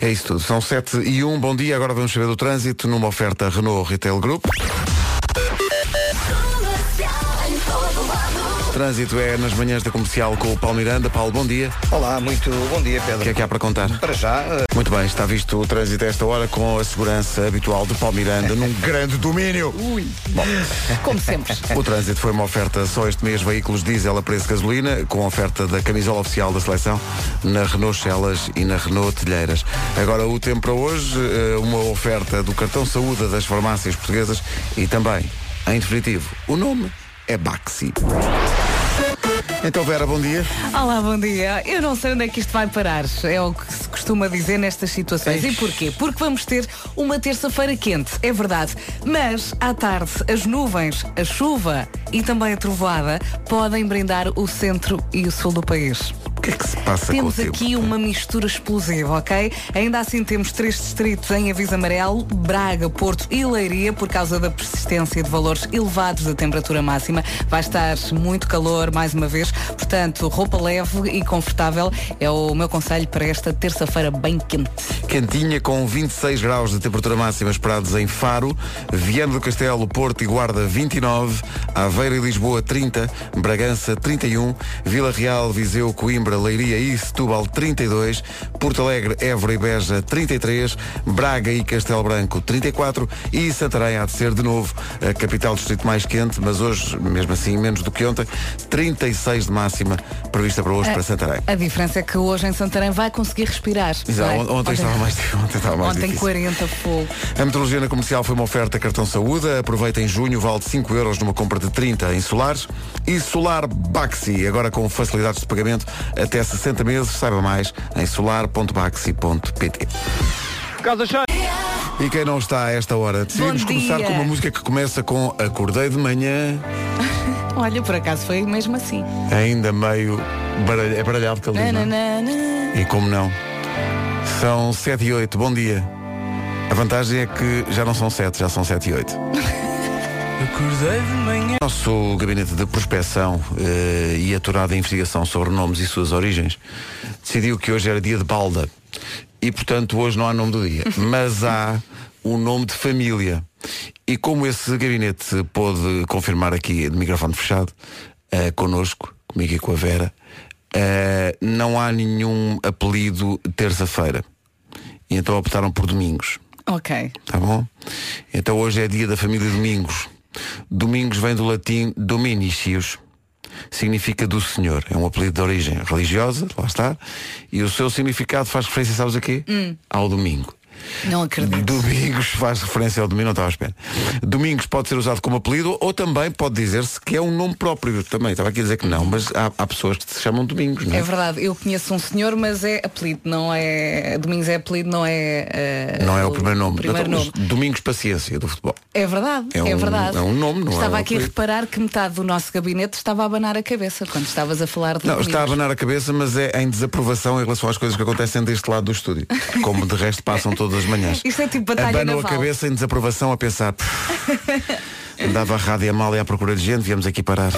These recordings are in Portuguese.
É isso tudo. São 7 e 1. Bom dia. Agora vamos saber do trânsito numa oferta Renault Retail Group. Trânsito é nas manhãs da comercial com o Paulo Miranda. Paulo, bom dia. Olá, muito bom dia, O Pedro. que é que há para contar? Para já, eh, Muito bem, está visto o trânsito a esta hora com a segurança habitual de Paulo Miranda num grande domínio. Como sempre. O trânsito foi uma oferta só este mês, veículos diesel a preço de gasolina, com oferta da camisola oficial da seleção na Renault Celas e na Renault Telheiras. Agora o tempo para hoje, eh, uma oferta do cartão saúde das farmácias portuguesas e também, em definitivo, o nome é Baxi. Então Vera, bom dia. Olá, bom dia. Eu não sei onde é que isto vai parar. É o que se costuma dizer nestas situações. E porquê? Porque vamos ter uma terça-feira quente, é verdade. Mas, à tarde, as nuvens, a chuva e também a trovoada podem brindar o centro e o sul do país. O que é que se passa Temos com o tempo? aqui uma mistura explosiva, ok? Ainda assim temos três distritos em aviso amarelo, Braga, Porto e Leiria, por causa da persistência de valores elevados da temperatura máxima. Vai estar muito calor, mais uma vez. Portanto, roupa leve e confortável é o meu conselho para esta terça-feira bem quente. Cantinha com 26 graus de temperatura máxima esperados em Faro, Viana do Castelo, Porto e Guarda 29, Aveiro e Lisboa 30, Bragança 31, Vila Real, Viseu, Coimbra, Leiria e Setúbal 32, Porto Alegre, Évora e Beja 33, Braga e Castelo Branco 34 e Santarém há de ser de novo a capital do distrito mais quente, mas hoje, mesmo assim, menos do que ontem, 36 de máxima prevista para hoje para Santarém. A diferença é que hoje em Santarém vai conseguir respirar. Exato, vai? ontem, estava mais, ontem estava mais Ontem difícil. 40 fogo. A metrologia na comercial foi uma oferta cartão saúde. Aproveita em junho, vale 5 euros numa compra de 30 em solares. E Solar Baxi, agora com facilidades de pagamento até 60 meses. Saiba mais em solar.baxi.pt. E quem não está a esta hora, decidimos Bom começar dia. com uma música que começa com Acordei de manhã, Olha, por acaso foi mesmo assim. ainda meio baralhado, é baralhado que ele diz, não é? Nananana. E como não? São 7 e 8, bom dia. A vantagem é que já não são 7, já são 7 e 8. Acordei de manhã. Nosso gabinete de prospeção eh, e aturada investigação sobre nomes e suas origens decidiu que hoje era dia de balda e, portanto, hoje não há nome do dia, mas há o nome de família. E como esse gabinete pôde confirmar aqui de microfone fechado, eh, connosco, comigo e com a Vera, eh, não há nenhum apelido terça-feira. E então optaram por domingos. Ok. Tá bom? Então hoje é dia da família Domingos. Domingos vem do latim dominicius. Significa do Senhor. É um apelido de origem religiosa, lá está. E o seu significado faz referência, sabes a quê? Hum. Ao domingo. Não acredito. Domingos faz referência ao domingo, não estava à espera. Domingos pode ser usado como apelido ou também pode dizer-se que é um nome próprio. Também estava aqui a dizer que não, mas há, há pessoas que se chamam Domingos, não é? É verdade, eu conheço um senhor, mas é apelido, não é. Domingos é apelido, não é. eh, Não é o primeiro nome. primeiro Então, nome. mas Domingos Paciência do futebol. É verdade, É é, um- verdade. é um nome, não é Estava um aqui a apelido. reparar que metade do nosso gabinete estava a abanar a cabeça quando estavas a falar de. Não, Domingos. está a abanar a cabeça, mas é em desaprovação em relação às coisas que acontecem deste lado do estúdio. Como de resto passam todas as manhãs. Isto é tipo batalha Abanam a naval. cabeça em desaprovação a pensar. "Pff, Andava a rádio a mal e à procura de gente, viemos aqui parar.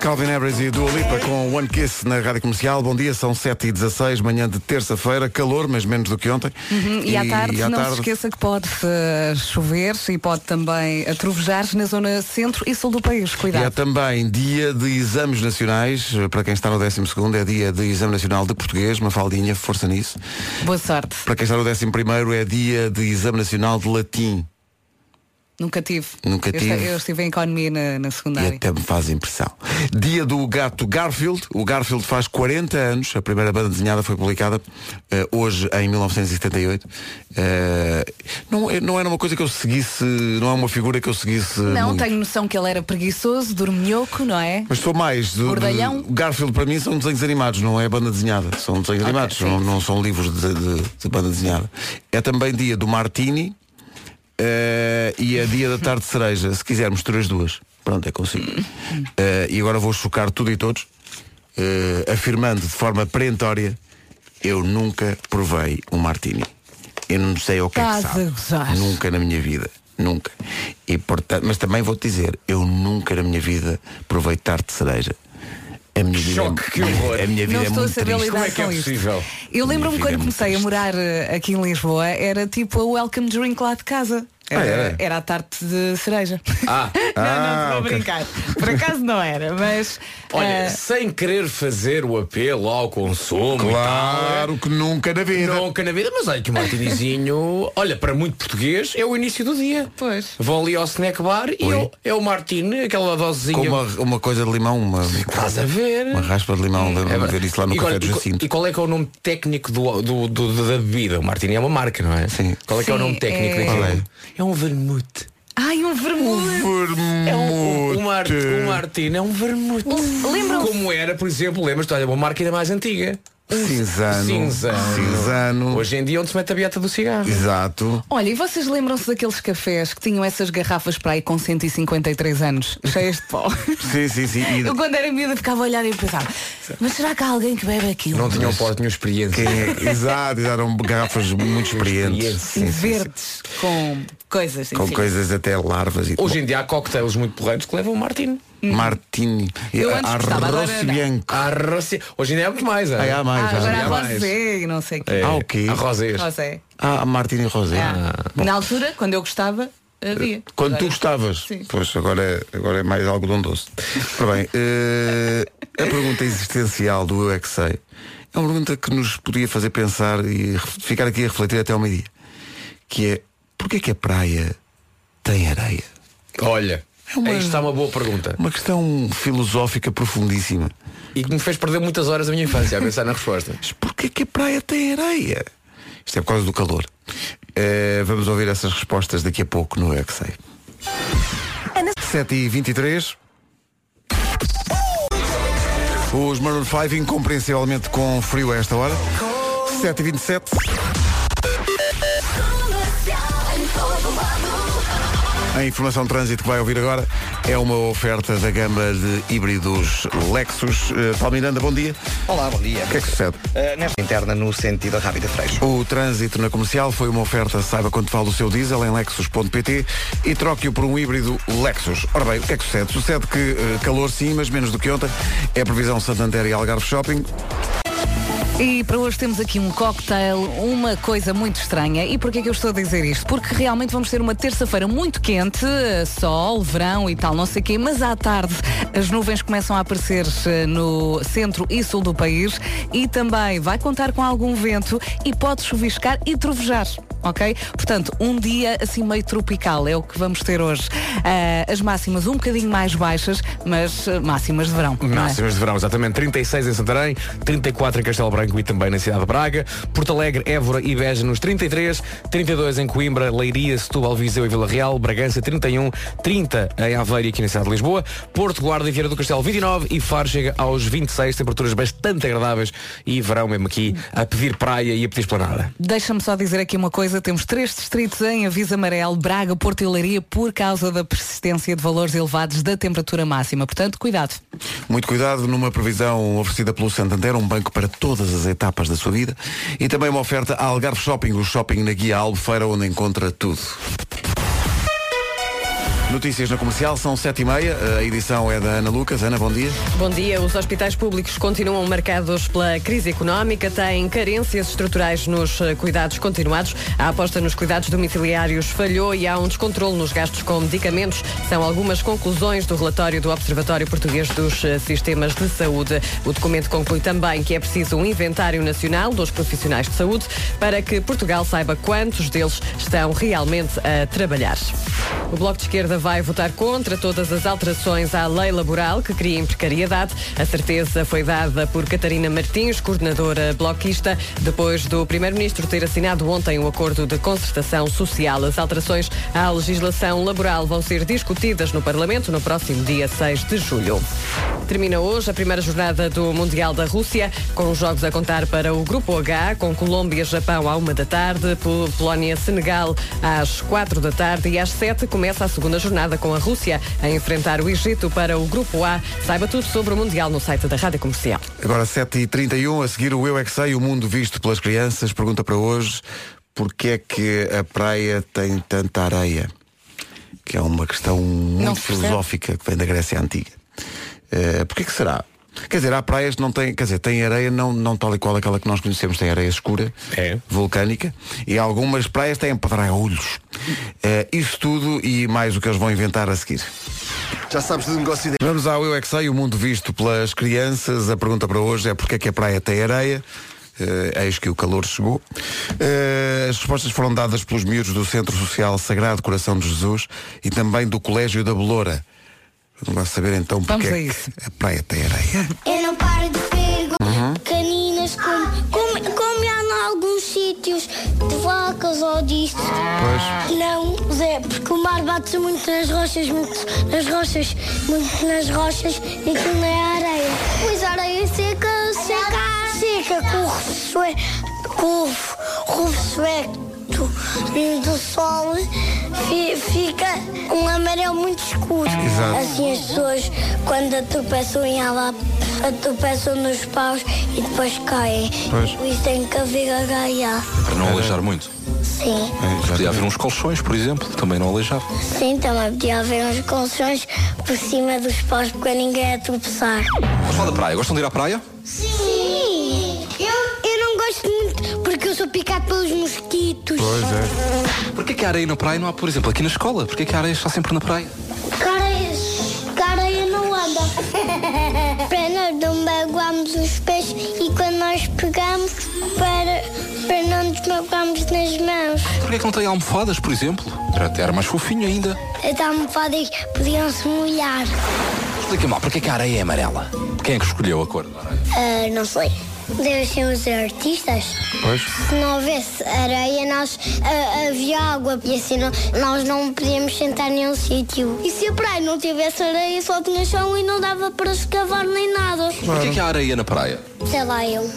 Calvin Harris e Dua Lipa com One Kiss na Rádio Comercial. Bom dia, são 7h16, manhã de terça-feira, calor, mas menos do que ontem. Uhum, E, à tarde, não se esqueça que pode eh, chover e pode também eh, trovejar na zona centro e sul do país. E há Cuidado. também dia de exames nacionais, para quem está no 12º é dia de exame nacional de português, uma faldinha, força nisso. Boa sorte. Para quem está no 11º é dia de exame nacional de latim. Nunca tive. Nunca eu tive. esta- Eu estive em economia na, na E secundária. até me faz impressão. Dia do gato Garfield. O Garfield faz 40 anos. A primeira banda desenhada foi publicada eh, hoje em 1978. Eh, não, é- não era uma coisa que eu seguisse, não é uma figura que eu seguisse. Não, muito. tenho noção que ele era preguiçoso, dorminhoco, não é? Mas sou mais do, Gordalhão? do- Garfield para mim são desenhos animados, não é banda desenhada. São desenhos animados, sim, não, sim. não são livros de, de- de banda desenhada. É também dia do Martini eh, e é dia da tarde de cereja. Se quiser, mistura as duas. Pronto, é consigo. Eh, e agora vou chocar tudo e todos, eh, afirmando de forma perentória, eu nunca provei um Martini. Eu não sei o que é que Estás Tá a sabe. gozar. Nunca nunca na minha vida. Nunca. E, portanto, mas também vou-te dizer, eu nunca na minha vida provei tarte de cereja. A minha vida, é Choque, que horror. A minha vida não é estou a muito saber triste. lidar Como é que é com isto. possível? Eu lembro-me Minha quando vida é muito comecei a triste. morar eh, aqui em Lisboa, era tipo a welcome drink lá de casa. Ah, era? a tarte de cereja. Ah. não, não, Ah, estou a ok. brincar. Por acaso não era, mas. Olha, eh, sem querer fazer o apelo ao consumo Claro que nunca na e vida. tal. Nunca na vida, mas olha que o martinizinho, olha, para muito português, é o início do dia. Pois. Vão ali ao snack bar e eu, é o martini, aquela dosezinha. Com uma, uma coisa de limão, uma, Estás a ver? uma raspa de limão, lembro-me de ver isso lá no É e, Café olha, do e co- Jacinto. e qual é que é o nome técnico do, do- do- da bebida? O martini é uma marca, não é? Sim. Qual é que é o Sim, nome técnico é- daquilo? Qual é? É um vermute. Ai, um vermelho. É um, um, um, ar- Vermute. um martini, é um vermute. Lembram-se? Como era, por exemplo, lembras-te, olha, uma marca ainda mais antiga. Cinzano. Cinzano. Cinzano. Hoje em dia onde se mete a beata do cigarro. Exato. Olha, e vocês lembram-se daqueles cafés que tinham essas garrafas para aí com 153 anos, cheias de pó? Sim, sim, sim. E Eu quando era miúda ficava a olhar e pensava, mas será que há alguém que bebe aquilo? Não tinham pó, tinham experiência. quem é- Exato, exato, eram garrafas muito experientes. Sim, sim, sim. verdes com coisas Com enfim. coisas até larvas e Hoje em dia há cocktails muito porreiros que levam o martini. Hum. Martini. É Eu antes gostava, agora Arroz não. bianco. Há Rossi... Hoje em dia há muito mais. é Ah, há mais. Ah, agora há há mais. rosé e não sei o quê. Ah, ok. Há rosés. Rosé. Ah, Martini Rosé. Ah. Na altura, quando eu gostava, havia. Quando Agora- é tu gostavas. Sim. Pois agora é, agora é mais algodão doce. Ora bem, eh, a pergunta existencial do Eu é que sei é uma pergunta que nos podia fazer pensar e ref- ficar aqui a refletir até ao meio-dia. Que é porquê que a praia tem areia? Olha, É uma- aí está uma boa pergunta. Uma questão filosófica profundíssima. E que me fez perder muitas horas da minha infância a pensar na resposta. Mas porquê que a praia tem areia? Isto é por causa do calor. Eh, vamos ouvir essas respostas daqui a pouco no Eu É que sei. 7h23. Os Maroon 5 incompreensivelmente com frio a esta hora. 7h27. A informação de trânsito que vai ouvir agora é uma oferta da gama de híbridos Lexus. Eh, Paulo Miranda, bom dia. Olá, bom dia. O que é que sucede? Eh, nesta interna no sentido Rábida Freixo. O trânsito na comercial foi uma oferta, saiba quanto vale o seu diesel em lexus.pt e troque-o por um híbrido Lexus. Ora bem, o que é que sucede? Sucede que eh, calor sim, mas menos do que ontem. É a previsão Santander e Algarve Shopping. E para hoje temos aqui um cocktail, uma coisa muito estranha. E porquê que eu estou a dizer isto? Porque realmente vamos ter uma terça-feira muito quente, eh, sol, verão e tal, não sei o quê, mas à tarde as nuvens começam a aparecer eh, no centro e sul do país e também vai contar com algum vento e pode chuviscar e trovejar. Ok? Portanto, um dia assim meio tropical é o que vamos ter hoje. Ah, as máximas um bocadinho mais baixas, mas eh, máximas de verão. não é? Máximas de verão, exatamente. 36 em Santarém, 34 em Castelo Branco e também na cidade de Braga. Porto Alegre, Évora e Beja nos 33, 32 em Coimbra, Leiria, Setúbal, Viseu e Vila Real, Bragança 31, 30 em Aveiro e aqui na cidade de Lisboa, Porto Guarda e Vieira do Castelo 29 e Faro chega aos 26, temperaturas bastante agradáveis e verão mesmo aqui a pedir praia e a pedir esplanada. Deixa-me só dizer aqui uma coisa, temos três distritos em aviso amarelo, Braga, Porto e Leiria, por causa da persistência de valores elevados da temperatura máxima. Portanto, cuidado. Muito cuidado numa previsão oferecida pelo Santander, um banco para todas as etapas da sua vida. E também uma oferta a Algarve Shopping, o shopping na Guia Albufeira, onde encontra tudo. Notícias na comercial, são 7h30. A edição é da Ana Lucas. Ana, bom dia. Bom dia. Os hospitais públicos continuam marcados pela crise económica, têm carências estruturais nos eh, cuidados continuados. A aposta nos cuidados domiciliários falhou e há um descontrole nos gastos com medicamentos. São algumas conclusões do relatório do Observatório Português dos eh, Sistemas de Saúde. O documento conclui também que é preciso um inventário nacional dos profissionais de saúde para que Portugal saiba quantos deles estão realmente a trabalhar. O Bloco de Esquerda vai votar contra todas as alterações à lei laboral que cria precariedade. A certeza foi dada por Catarina Martins, coordenadora bloquista, depois do Primeiro-Ministro ter assinado ontem o acordo de concertação social. As alterações à legislação laboral vão ser discutidas no Parlamento no próximo dia 6 de julho. Termina hoje a primeira jornada do Mundial da Rússia, com os jogos a contar para o Grupo H, com Colômbia e Japão à uma da tarde, Pol- Polónia-Senegal às quatro da tarde e às sete começa a segunda jornada com a Rússia a enfrentar o Egito para o Grupo A. Saiba tudo sobre o Mundial no site da Rádio Comercial. Agora 7h31, a seguir o Eu é que Sei, o mundo visto pelas crianças. Pergunta para hoje, porquê é que a praia tem tanta areia? Que é uma questão muito se percebe. filosófica que vem da Grécia Antiga. Eh, porquê que será? Quer dizer, há praias que não têm, quer dizer, tem areia não, não tal e qual aquela que nós conhecemos, tem areia escura, É. vulcânica, e algumas praias têm pedraolhos. Eh, isso tudo e mais o que eles vão inventar a seguir. Já sabes do negócio de... Vamos ao Eu É Que Sei, o mundo visto pelas crianças. A pergunta para hoje é porque é que a praia tem areia? Eh, eis que o calor chegou. Eh, as respostas foram dadas pelos miúdos do Centro Social Sagrado Coração de Jesus e também do Colégio da Beloura. Vamos lá saber então Vamos porque a é isso. que a praia tem areia. Eu não paro de perguntar caninas como, como, como há em alguns sítios de vacas ou disso. Não, Zé, porque o mar bate muito nas rochas, muito nas rochas, muito nas rochas e aquilo não é areia. Pois a areia seca, seca, seca, corre, corre, corre, do, do sol fi- fica um amarelo muito escuro. Exato. Assim as pessoas quando atropeçam em água atropeçam nos paus e depois caem. Pois. Por isso tem que haver agaia. Para não aleijar muito. É, Sim. Podia haver uns colchões, por exemplo, também não aleijar. Sim, também podia haver uns colchões por cima dos paus porque ninguém ia tropeçar. Vamos falar da praia. Gostam de ir à praia? Sim. Eu, eu não gosto muito porque eu sou picado pelos mosquitos. Porquê que a areia na praia não há, por exemplo, aqui na escola? Porquê que a areia está sempre na praia? Cara, cara, eu não anda. para nós não magoarmos os pés e quando nós pegamos, para, para não nos magoarmos nas mãos. Porquê que não tem almofadas, por exemplo? Era até era mais fofinho ainda. As almofadas um podiam-se molhar. Explica-me lá, porquê que a areia é amarela? Quem é que escolheu a cor da areia? Ah, não sei. Devem ser os artistas. Pois. Se não houvesse areia, nós ah, havia água e assim não- nós não podíamos sentar em nenhum sítio. E se a praia não tivesse areia, só tinha chão e não dava para escavar nem nada. Porquê que há areia na praia? Sei lá, eu.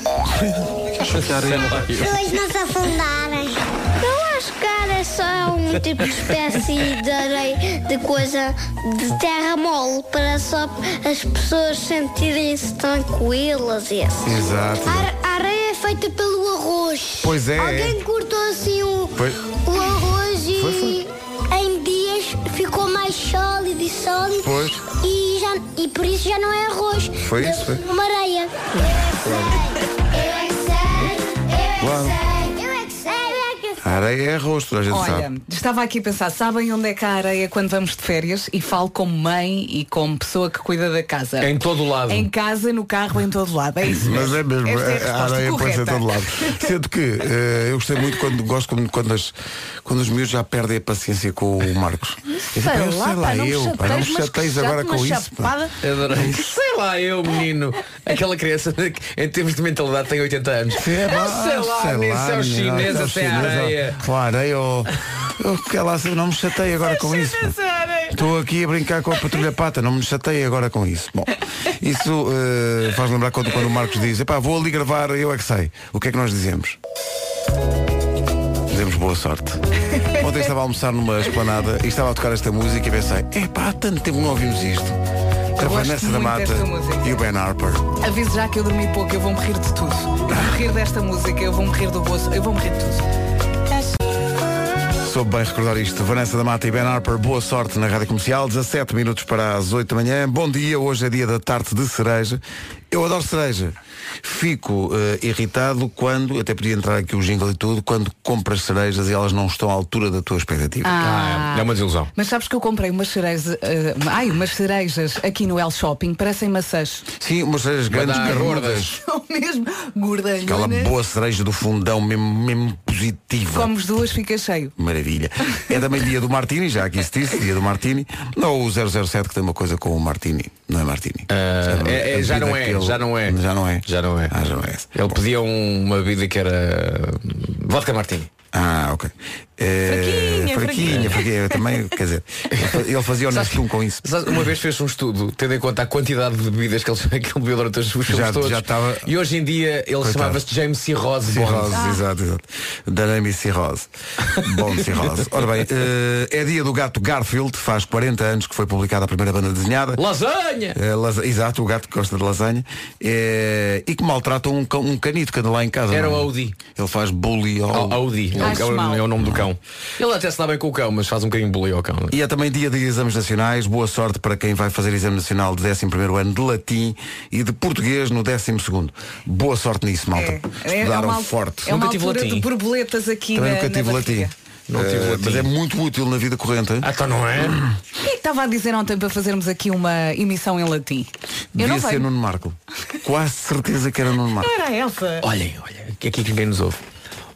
Acham que há areia na praia? Pessoas não se afundarem. Eu acho que era só um tipo de espécie de areia, de coisa de terra mole, para só as pessoas sentirem-se tranquilas e assim. Exato. A, a areia é feita pelo arroz. Pois é. Alguém cortou assim o, Pois. o arroz e Foi, foi. em dias ficou mais sólido e sólido. Pois. E, já, e por isso já não é arroz. Foi Deu isso, foi. Uma areia. Eu é que Claro. sei, eu é que sei, eu é que sei. A areia é arroz, toda a gente Olha, sabe. estava aqui a pensar, sabem onde é que há areia quando vamos de férias? E falo como mãe e como pessoa que cuida da casa. Em todo o lado. Em casa, no carro, em todo lado. É isso. Mas é mesmo, Esta a é a resposta areia aparece em correta. todo lado. Sendo que eh, eu gostei muito quando gosto quando, quando, as- quando os miúdos já perdem a paciência com o Marcos. Eu Sei eu lá, pá, não me eu, pá, não me chateias, mas que chateis chato, agora uma com isso. pá. chapada. Adorei. Sei lá, eu, menino. Aquela criança, que, em termos de mentalidade, tem 80 anos. Sim, é Eu pá, sei lá, nem se é o menina, chinês se é o até a chinês, areia. ou- Ou a areia ou. Eu, que lá, não me chatei agora com isso. pá. Estou aqui a brincar com a patrulha pata, não me chatei agora com isso. Bom, isso eh, faz lembrar quando, quando o Marcos diz, epá, vou ali gravar, eu é que sei. O que é que nós dizemos? Dizemos boa sorte. Ontem estava a almoçar numa esplanada e estava a tocar esta música e pensei, epá, há tanto tempo não ouvimos isto. A gosto Vanessa da muito Mata desta música. e o Ben Harper. Aviso já que eu dormi pouco, eu vou me rir de tudo. Eu vou me rir desta música, eu vou me rir do bolso, eu vou me rir de tudo. Soube bem recordar isto. Vanessa da Mata e Ben Harper, boa sorte na Rádio Comercial. 17 minutos para as 8 da manhã. Bom dia, hoje é dia da tarde de cereja. Eu adoro cereja. Fico eh, irritado quando, até podia entrar aqui o jingle e tudo, quando compras cerejas e elas não estão à altura da tua expectativa. Ah, é uma desilusão. Mas sabes que eu comprei umas cerejas, eh, ai, umas cerejas aqui no El Shopping, parecem maçãs. Sim, umas cerejas grandes, Badar, gordas. gordas. São mesmo Aquela gordanhonas. boa cereja do fundão, mesmo, mesmo positiva. Comes duas, fica cheio. Maravilha. É também dia do Martini, já aqui se disse, dia do Martini. Não o 007 que tem uma coisa com o Martini. Não é Martini. é- é, A já vida não é, que ele- já não é. Já não é. Já não é. Ah, já não é. Ele pedia um- uma bebida que era. hum, Vodka Martini. Ah, ok. É, Fraquinha, fraquinha, fraquinha. Também, quer dizer, ele fa- ele fazia o Nestum com isso. Sabe, Uma vez fez um estudo, tendo em conta a quantidade de bebidas que ele, que ele bebeu durante os seus filmes Já- todos. já estava- E hoje em dia ele Coitado. chamava-se James Cirrose Ah. Bond. Cirrose, exato, exato. Danami Cirrose. Bom cirrose. Ora bem, eh, é dia do gato Garfield, faz 40 anos que foi publicada a primeira banda desenhada. Lasanha! Eh, lasa- Exato, o gato que gosta de lasanha eh, e que maltrata um, cão- um canito que anda lá em casa. Era não é? o Audi. Ele faz bully ao... Audi, é o- Acho é o, mal. é o nome do cão. cão. Ele até se dá bem com o cão, mas faz um bocadinho de bullying ao cão. não é? E é também dia de exames nacionais. Boa sorte para quem vai fazer exame nacional de 11º ano de latim e de português no 12º. Boa sorte nisso, malta. Estudaram uma, al- forte. é uma Nunca tive altura de latim. borboletas aqui Também na, nunca tive na latim. barriga. Não tive Eh, latim. Mas é muito útil na vida corrente. Ah, então não é? Quem é que estava a dizer ontem para fazermos aqui uma emissão em latim? Eu não Devia ser sei. Nuno Marco. Quase certeza que era Nuno Marco. Era essa. Olhem, olhem, que aqui que ninguém nos ouve.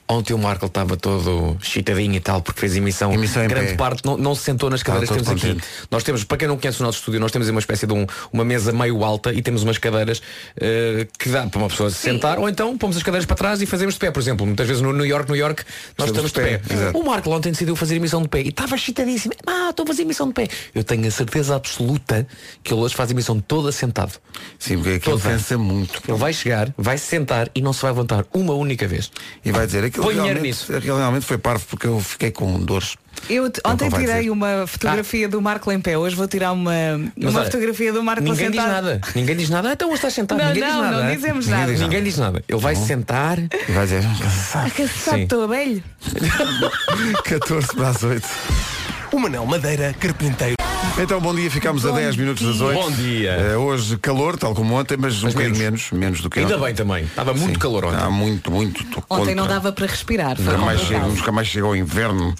Ontem o Marco estava todo chitadinho e tal, porque fez emissão. Emissão em Grande pé. parte não, não se sentou nas cadeiras que todo temos aqui. contente. Nós temos, para quem não conhece o nosso estúdio, nós temos uma espécie de um- uma mesa meio alta e temos umas cadeiras eh, que dá para uma pessoa se sentar, ou então pomos as cadeiras para trás e fazemos de pé. Por exemplo, muitas vezes no New York, New York, nós Estamos estamos, de pé, de pé. exato. O Marco ontem decidiu fazer emissão de pé e estava chitadíssimo. Ah, estou a fazer emissão de pé. Eu tenho a certeza absoluta que ele hoje faz emissão toda sentado. Sim, porque aquilo Toda. cansa muito. Ele vai chegar, vai se sentar e não se vai levantar uma única vez. E vai dizer, aquilo Põe dinheiro realmente, nisso. aquilo realmente foi parvo porque eu fiquei com dores. Eu t- Não ontem convém tirei dizer. Ah. uma fotografia do Marco em pé. Hoje vou tirar uma, Mas uma olha, fotografia do Marco Ninguém sentado. diz nada. Ninguém diz nada. Ah, Então hoje estás sentado. Não, ninguém não, diz nada. não hein? dizemos ninguém nada. Diz ninguém diz nada. Ele vai sentar. E vai dizer, Cansado, Sim. estou bem. 14 para as 8. O Manel Madeira Carpinteiro. Então, bom dia, ficámos a 10 minutos das 8. Bom dia. Eh, hoje calor, tal como ontem, mas, um bocadinho menos. menos, do que Ainda ontem. bem também. Estava muito Sim. calor ontem. Há muito, muito. Tô Ontem contra. não dava para respirar. Foi Nunca mais, chega, complicado. nunca mais chega ao inverno.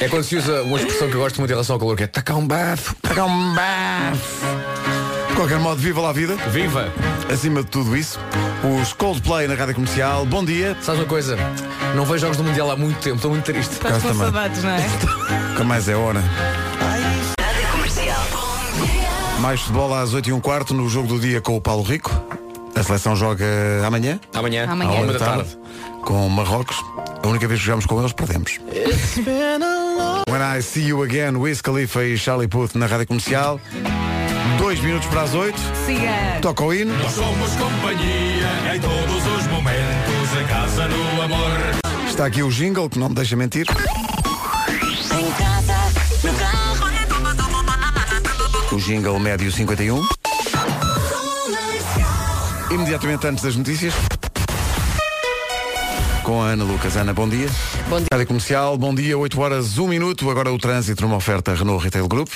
É quando se usa uma expressão que eu gosto muito em relação ao calor, que é tacar um bafo. Taca um bafo. De qualquer modo, viva lá a vida. Viva! Acima de tudo isso, os Coldplay na Rádio Comercial. Bom dia. Sabes uma coisa? Não vejo jogos do Mundial há muito tempo. Estou muito triste. Estás com também. saudades, não é? Nunca mais é hora. Mais futebol às 8 e um quarto no jogo do dia com o Paulo Rico. A seleção joga amanhã, Amanhã, Amanhã. à à uma uma da tarde. com o Marrocos. A única vez que jogamos com eles, perdemos. When I See You Again, Wiz Khalifa e Charlie Puth na Rádio Comercial. Dois minutos para as 8. Siga. Toca o hino. Nós somos companhia em todos os momentos, em casa, no amor. Está aqui o jingle, que não me deixa mentir. O jingle médio 51. Imediatamente antes das notícias. Com a Ana Lucas. Ana, bom dia. Bom dia. Rádio Comercial, bom dia, 8 horas, 1 minuto. Agora o trânsito numa oferta Renault Retail Group.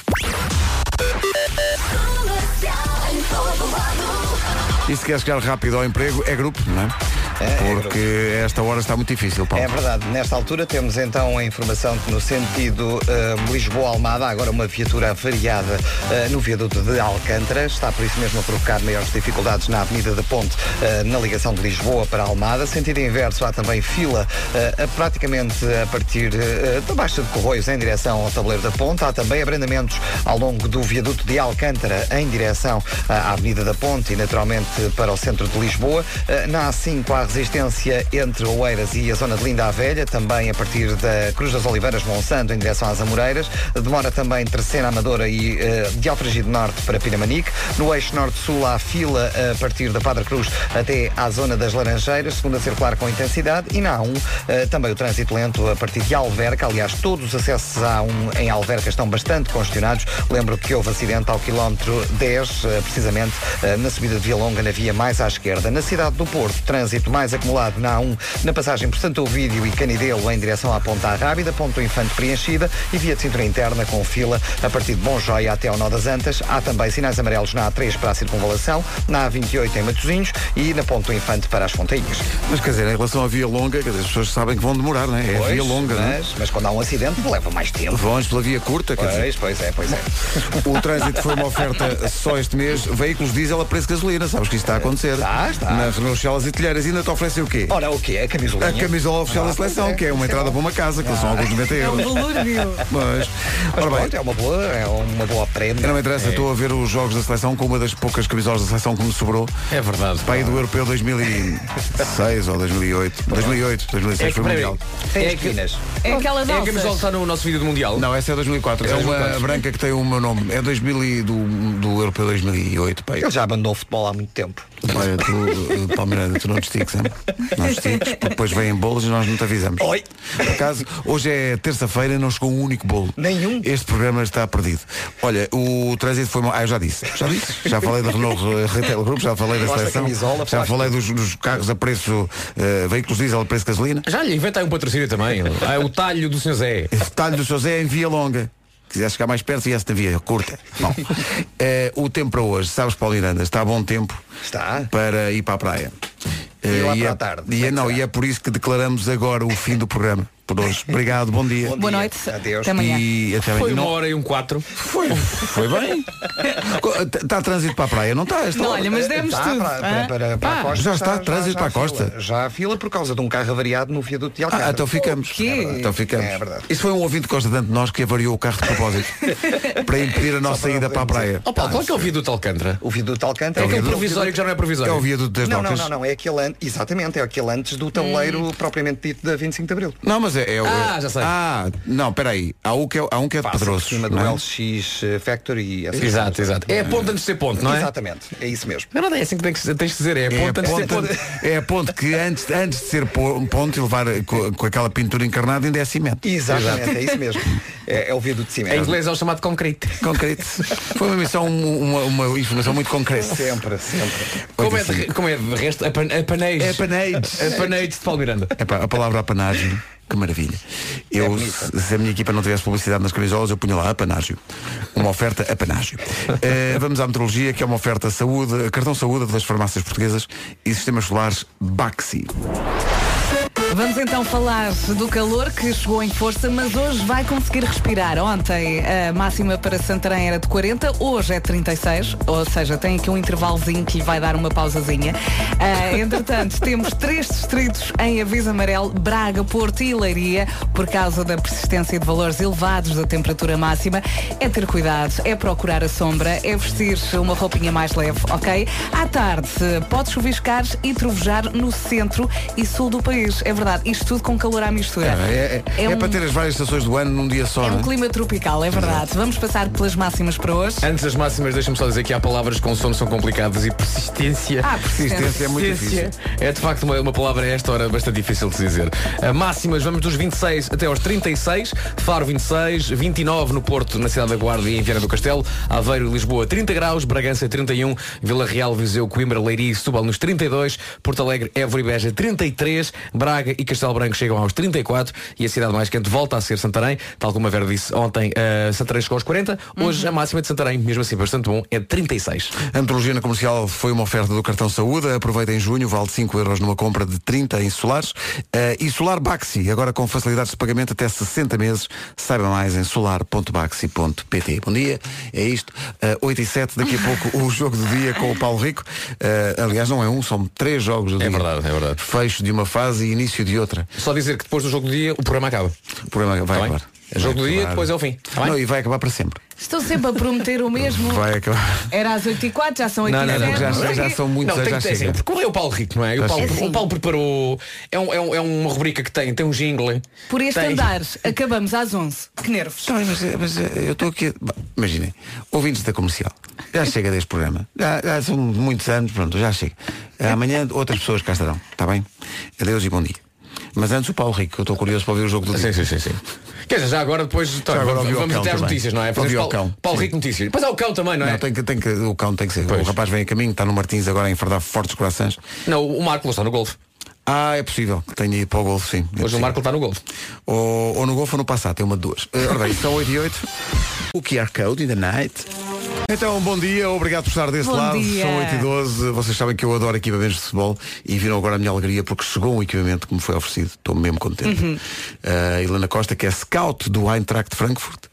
E se quer chegar rápido ao emprego, é grupo, não é? É, é Porque esta hora está muito difícil, Paulo. É verdade. Nesta altura temos então a informação que no sentido eh, Lisboa-Almada há agora uma viatura avariada eh, no viaduto de Alcântara. Está por isso mesmo a provocar maiores dificuldades na Avenida da Ponte eh, na ligação de Lisboa para Almada. Sentido inverso há também fila eh, a praticamente a partir eh, da Baixa de Corroios em direção ao Tabuleiro da Ponte. Há também abrandamentos ao longo do viaduto de Alcântara em direção eh, à Avenida da Ponte e naturalmente para o centro de Lisboa. Eh, Na A5 há resistência entre Oeiras e a zona de Linda a Velha, também a partir da Cruz das Oliveiras Monsanto em direção às Amoreiras. Demora também Terceira Amadora e eh, de Alfragido Norte para Pinamanique. No eixo Norte-Sul há fila eh, a partir da Padre Cruz até à zona das Laranjeiras, segunda circular com intensidade. E na A1 eh, também o trânsito lento a partir de Alverca. Aliás, todos os acessos A1 em Alverca estão bastante congestionados. Lembro que houve acidente ao quilómetro 10, eh, precisamente eh, na subida de Vilonga, na via mais à esquerda. Na cidade do Porto, trânsito mais acumulado na A1, na passagem por Santo Ovídio e Canidelo em direção à Ponta Rábida, Ponto Infante preenchida e via de cintura interna com fila a partir de Bom Joia até ao Nó das Antas. Há também sinais amarelos na A3 para a circunvalação, na A28 em Matosinhos e na Ponto Infante para as Fontainhas. Mas quer dizer, em relação à via longa, quer dizer, as pessoas sabem que vão demorar, não é? É Pois, via longa, não é? mas, mas quando há um acidente leva mais tempo. Vamos pela via curta, quer dizer. Pois, pois é, pois é. O trânsito foi uma oferta só este mês. Veículos diesel a preço de gasolina, sabes que isto está a acontecer. Está, está. Na Renault Chelas e Telheiras ainda te oferecem o quê? Ora, o que é? A camisolinha? A camisola oficial Ah, da seleção, que é uma entrada para uma casa, que são alguns 90 É um euros. velúrio. Mas, Ah. Mas ora bem, pronto, é uma boa, é uma boa prenda. É. eu não me interessa, estou a ver os jogos da seleção com uma das poucas camisolas da seleção que me sobrou. É verdade. Para aí do Europeu 2006 ou 2008. 2008, 2006 foi peraí, mundial. Tem é, que, é esquinas. É aquela a camisola que nossa. está no nosso vídeo do Mundial. Não, essa é 2004. É uma 2004. branca que tem o meu nome. É 2000 e do, do Europeu 2008. Pai. Ele já abandonou o futebol há muito tempo. Olha, tu, eh, Paulo Miranda, tu não te estiques. sempre. Nós tínhamos, depois vêm bolos e nós não te avisamos. Oi. Por acaso, hoje é terça-feira e não chegou um único bolo. Nenhum. Este programa está perdido. Olha, o trânsito foi mal. Ah, eu já disse. Já disse. Já falei da Renault eh, Retail Group, já falei da Gosta da seleção. camisola, já plástico. falei dos, dos carros a preço, eh, veículos diesel a preço de gasolina. Já lhe inventei um patrocínio também. Ah, o talho do Sr. Zé. O talho do Sr. Zé é em Via Longa. Quiser chegar mais perto, viesse na via curta. Bom, eh, o tempo para hoje, sabes, Paulo Miranda, está a bom tempo está. para ir para a praia. E Eh, lá para é, a tarde, E é, não, e é por isso que declaramos agora o fim do programa. Por hoje. Obrigado, bom dia. Boa noite. Adeus. Até amanhã. E até amanhã. Foi uma Não- hora e um quatro. Foi, foi bem. Está tá trânsito para a praia, não está? Está- Está Para, para, Tá, para, para a costa, Já está, trânsito para a fila. costa. Já a fila por causa de um carro avariado no viaduto de Alcântara. Ah, então ficamos. É verdade. Então ficamos. É verdade. Isso foi um ouvinte constante de nós que avariou o carro de propósito para impedir a nossa ida para a praia. Opa, qual é que é o viaduto de Alcântara? Tá, O viaduto de Alcântara o É aquele viaduto- provisório que já não é provisório. É o viaduto das Não, não, docas. não, não, é aquele antes, exatamente, é aquele antes do Hum. tabuleiro propriamente dito da 25 de Abril. Não, mas é, é o. Ah, já sei. Ah, não, peraí. Há, o que é, há um que é de Passa por Pedroços. cima do não é? LX eh, Factory. essa Exato, coisa. exato. É a ponte antes de ser ponte, não é? Exatamente, é isso mesmo. Na verdade é assim que tem que- tens de dizer, é a É a ponte antes de ser ponte. ponte, é a ponte que antes, antes de ser po- um ponto e levar co- com, aquela pintura encarnada ainda é cimento. Exatamente, é isso mesmo. É, é o viaduto de cima. Em inglês é o chamado concreto. Concreto. um- Foi uma missão, uma, uma informação muito concreta. assim. Sempre, sempre. Como é, de, re- como é de resto? Apan- Apaneios. É apaneios. Apaneios de Paulo Miranda. Epá, a palavra apanágio, que maravilha. É Eu, se se a minha equipa não tivesse publicidade nas camisolas, eu punha lá apanágio. Uma oferta apanágio. Eh, vamos à metrologia, que é uma oferta saúde, cartão saúde das farmácias portuguesas e sistemas solares Baxi. Vamos então falar do calor que chegou em força, mas hoje vai conseguir respirar. Ontem a máxima para Santarém era de 40, hoje é 36, ou seja, tem aqui um intervalozinho que lhe vai dar uma pausazinha. Ah, entretanto, temos três distritos em aviso amarelo, Braga, Porto e Leiria, por causa da persistência de valores elevados da temperatura máxima. É ter cuidado, é procurar a sombra, é vestir uma roupinha mais leve, ok? À tarde, pode chuviscar e trovejar no centro e sul do país. É verdade, isto tudo com calor à mistura. É, é- é um- para ter as várias estações do ano num dia só. é não um é? clima tropical, é verdade. Vamos passar pelas máximas para hoje. Antes das máximas, deixa-me só dizer que há palavras que com som são complicadas e persistência. Ah, Persistência é muito difícil. Persistência É de facto uma, uma palavra a esta hora bastante difícil de se dizer. A máximas, vamos dos 26 até aos 36, Faro 26, 29 no Porto, na cidade da Guarda e em Viana do Castelo, Aveiro e Lisboa 30 graus, Bragança 31, Vila Real, Viseu, Coimbra, Leiria e Setúbal nos 32, Porto Alegre, Évora e Beja 33, Braga e Castelo Branco chegam aos 34 e a cidade mais quente volta a ser Santarém, tal como a Vera disse ontem, eh, Santarém chegou aos 40, hoje a máxima de Santarém, mesmo assim bastante bom, é 36. A metrologia na comercial foi uma oferta do cartão Saúde. Aproveita em junho, vale 5 euros numa compra de 30 em solares. Eh, e Solar Baxi, agora com facilidades de pagamento até 60 meses. Saiba mais em solar.baxi.pt. Bom dia, é isto. Eh, 8 e 7, daqui a pouco o jogo do dia com o Paulo Rico. Eh, aliás, não é um, são três jogos do dia. verdade, é verdade. Fecho de uma fase e início de outra. Só dizer que depois do jogo do dia o programa acaba. O programa vai Tá bem. acabar. É jogo Vai do dia, acabar. depois é o fim. Tá bem? não, e vai acabar para sempre. Estou sempre a prometer o mesmo. Vai acabar. Era às 8 e 4 já são 8 Não, e não, não, zero, já- sei já quê. são muitos, não, já tem que ter chega. sempre. Porque é o Paulo Rico, não é? O Paulo, chega. o Assim. Paulo preparou. É, um- é um- é uma rubrica que tem, tem um jingle. Por este tem, andar, acabamos às 11. Que nervos. Está bem, mas, mas, eh, eu estou aqui. a- Bah, Imaginem, ouvintes da comercial, já chega deste programa. Já, já são muitos anos, pronto, já chega. Amanhã outras pessoas cá estarão, está bem? Adeus e bom dia. Mas antes o Paulo Rico, eu estou curioso para ouvir o jogo do Sim, dia. sim, sim, sim. Quer dizer, já agora depois tá, agora vamos, ouvi o vamos cão até às também. notícias, não é? Ouvi o Paulo, cão. Paulo Sim. Rico notícias. Mas há o cão também, não é? Não, tem que, tem que, o cão tem que ser. O Pois. rapaz vem a caminho, está no Martins agora a enfardar fortes corações. Não, o Marco está no golfe. Ah, é possível que tenha ido para o golfe, sim. É Hoje possível. o Marco está no golfe. Ou, ou no golfe ou no passado, é uma de duas. Eh, Ora bem, são 8 e 8. O QR Code in the night. Então, bom dia, obrigado por estar desse Bom lado. dia. São 8 e 12. Vocês sabem que eu adoro equipamentos de futebol e viram agora a minha alegria porque chegou um equipamento que me foi oferecido. Estou mesmo contente. A Helena Costa, que é scout do Eintracht Frankfurt.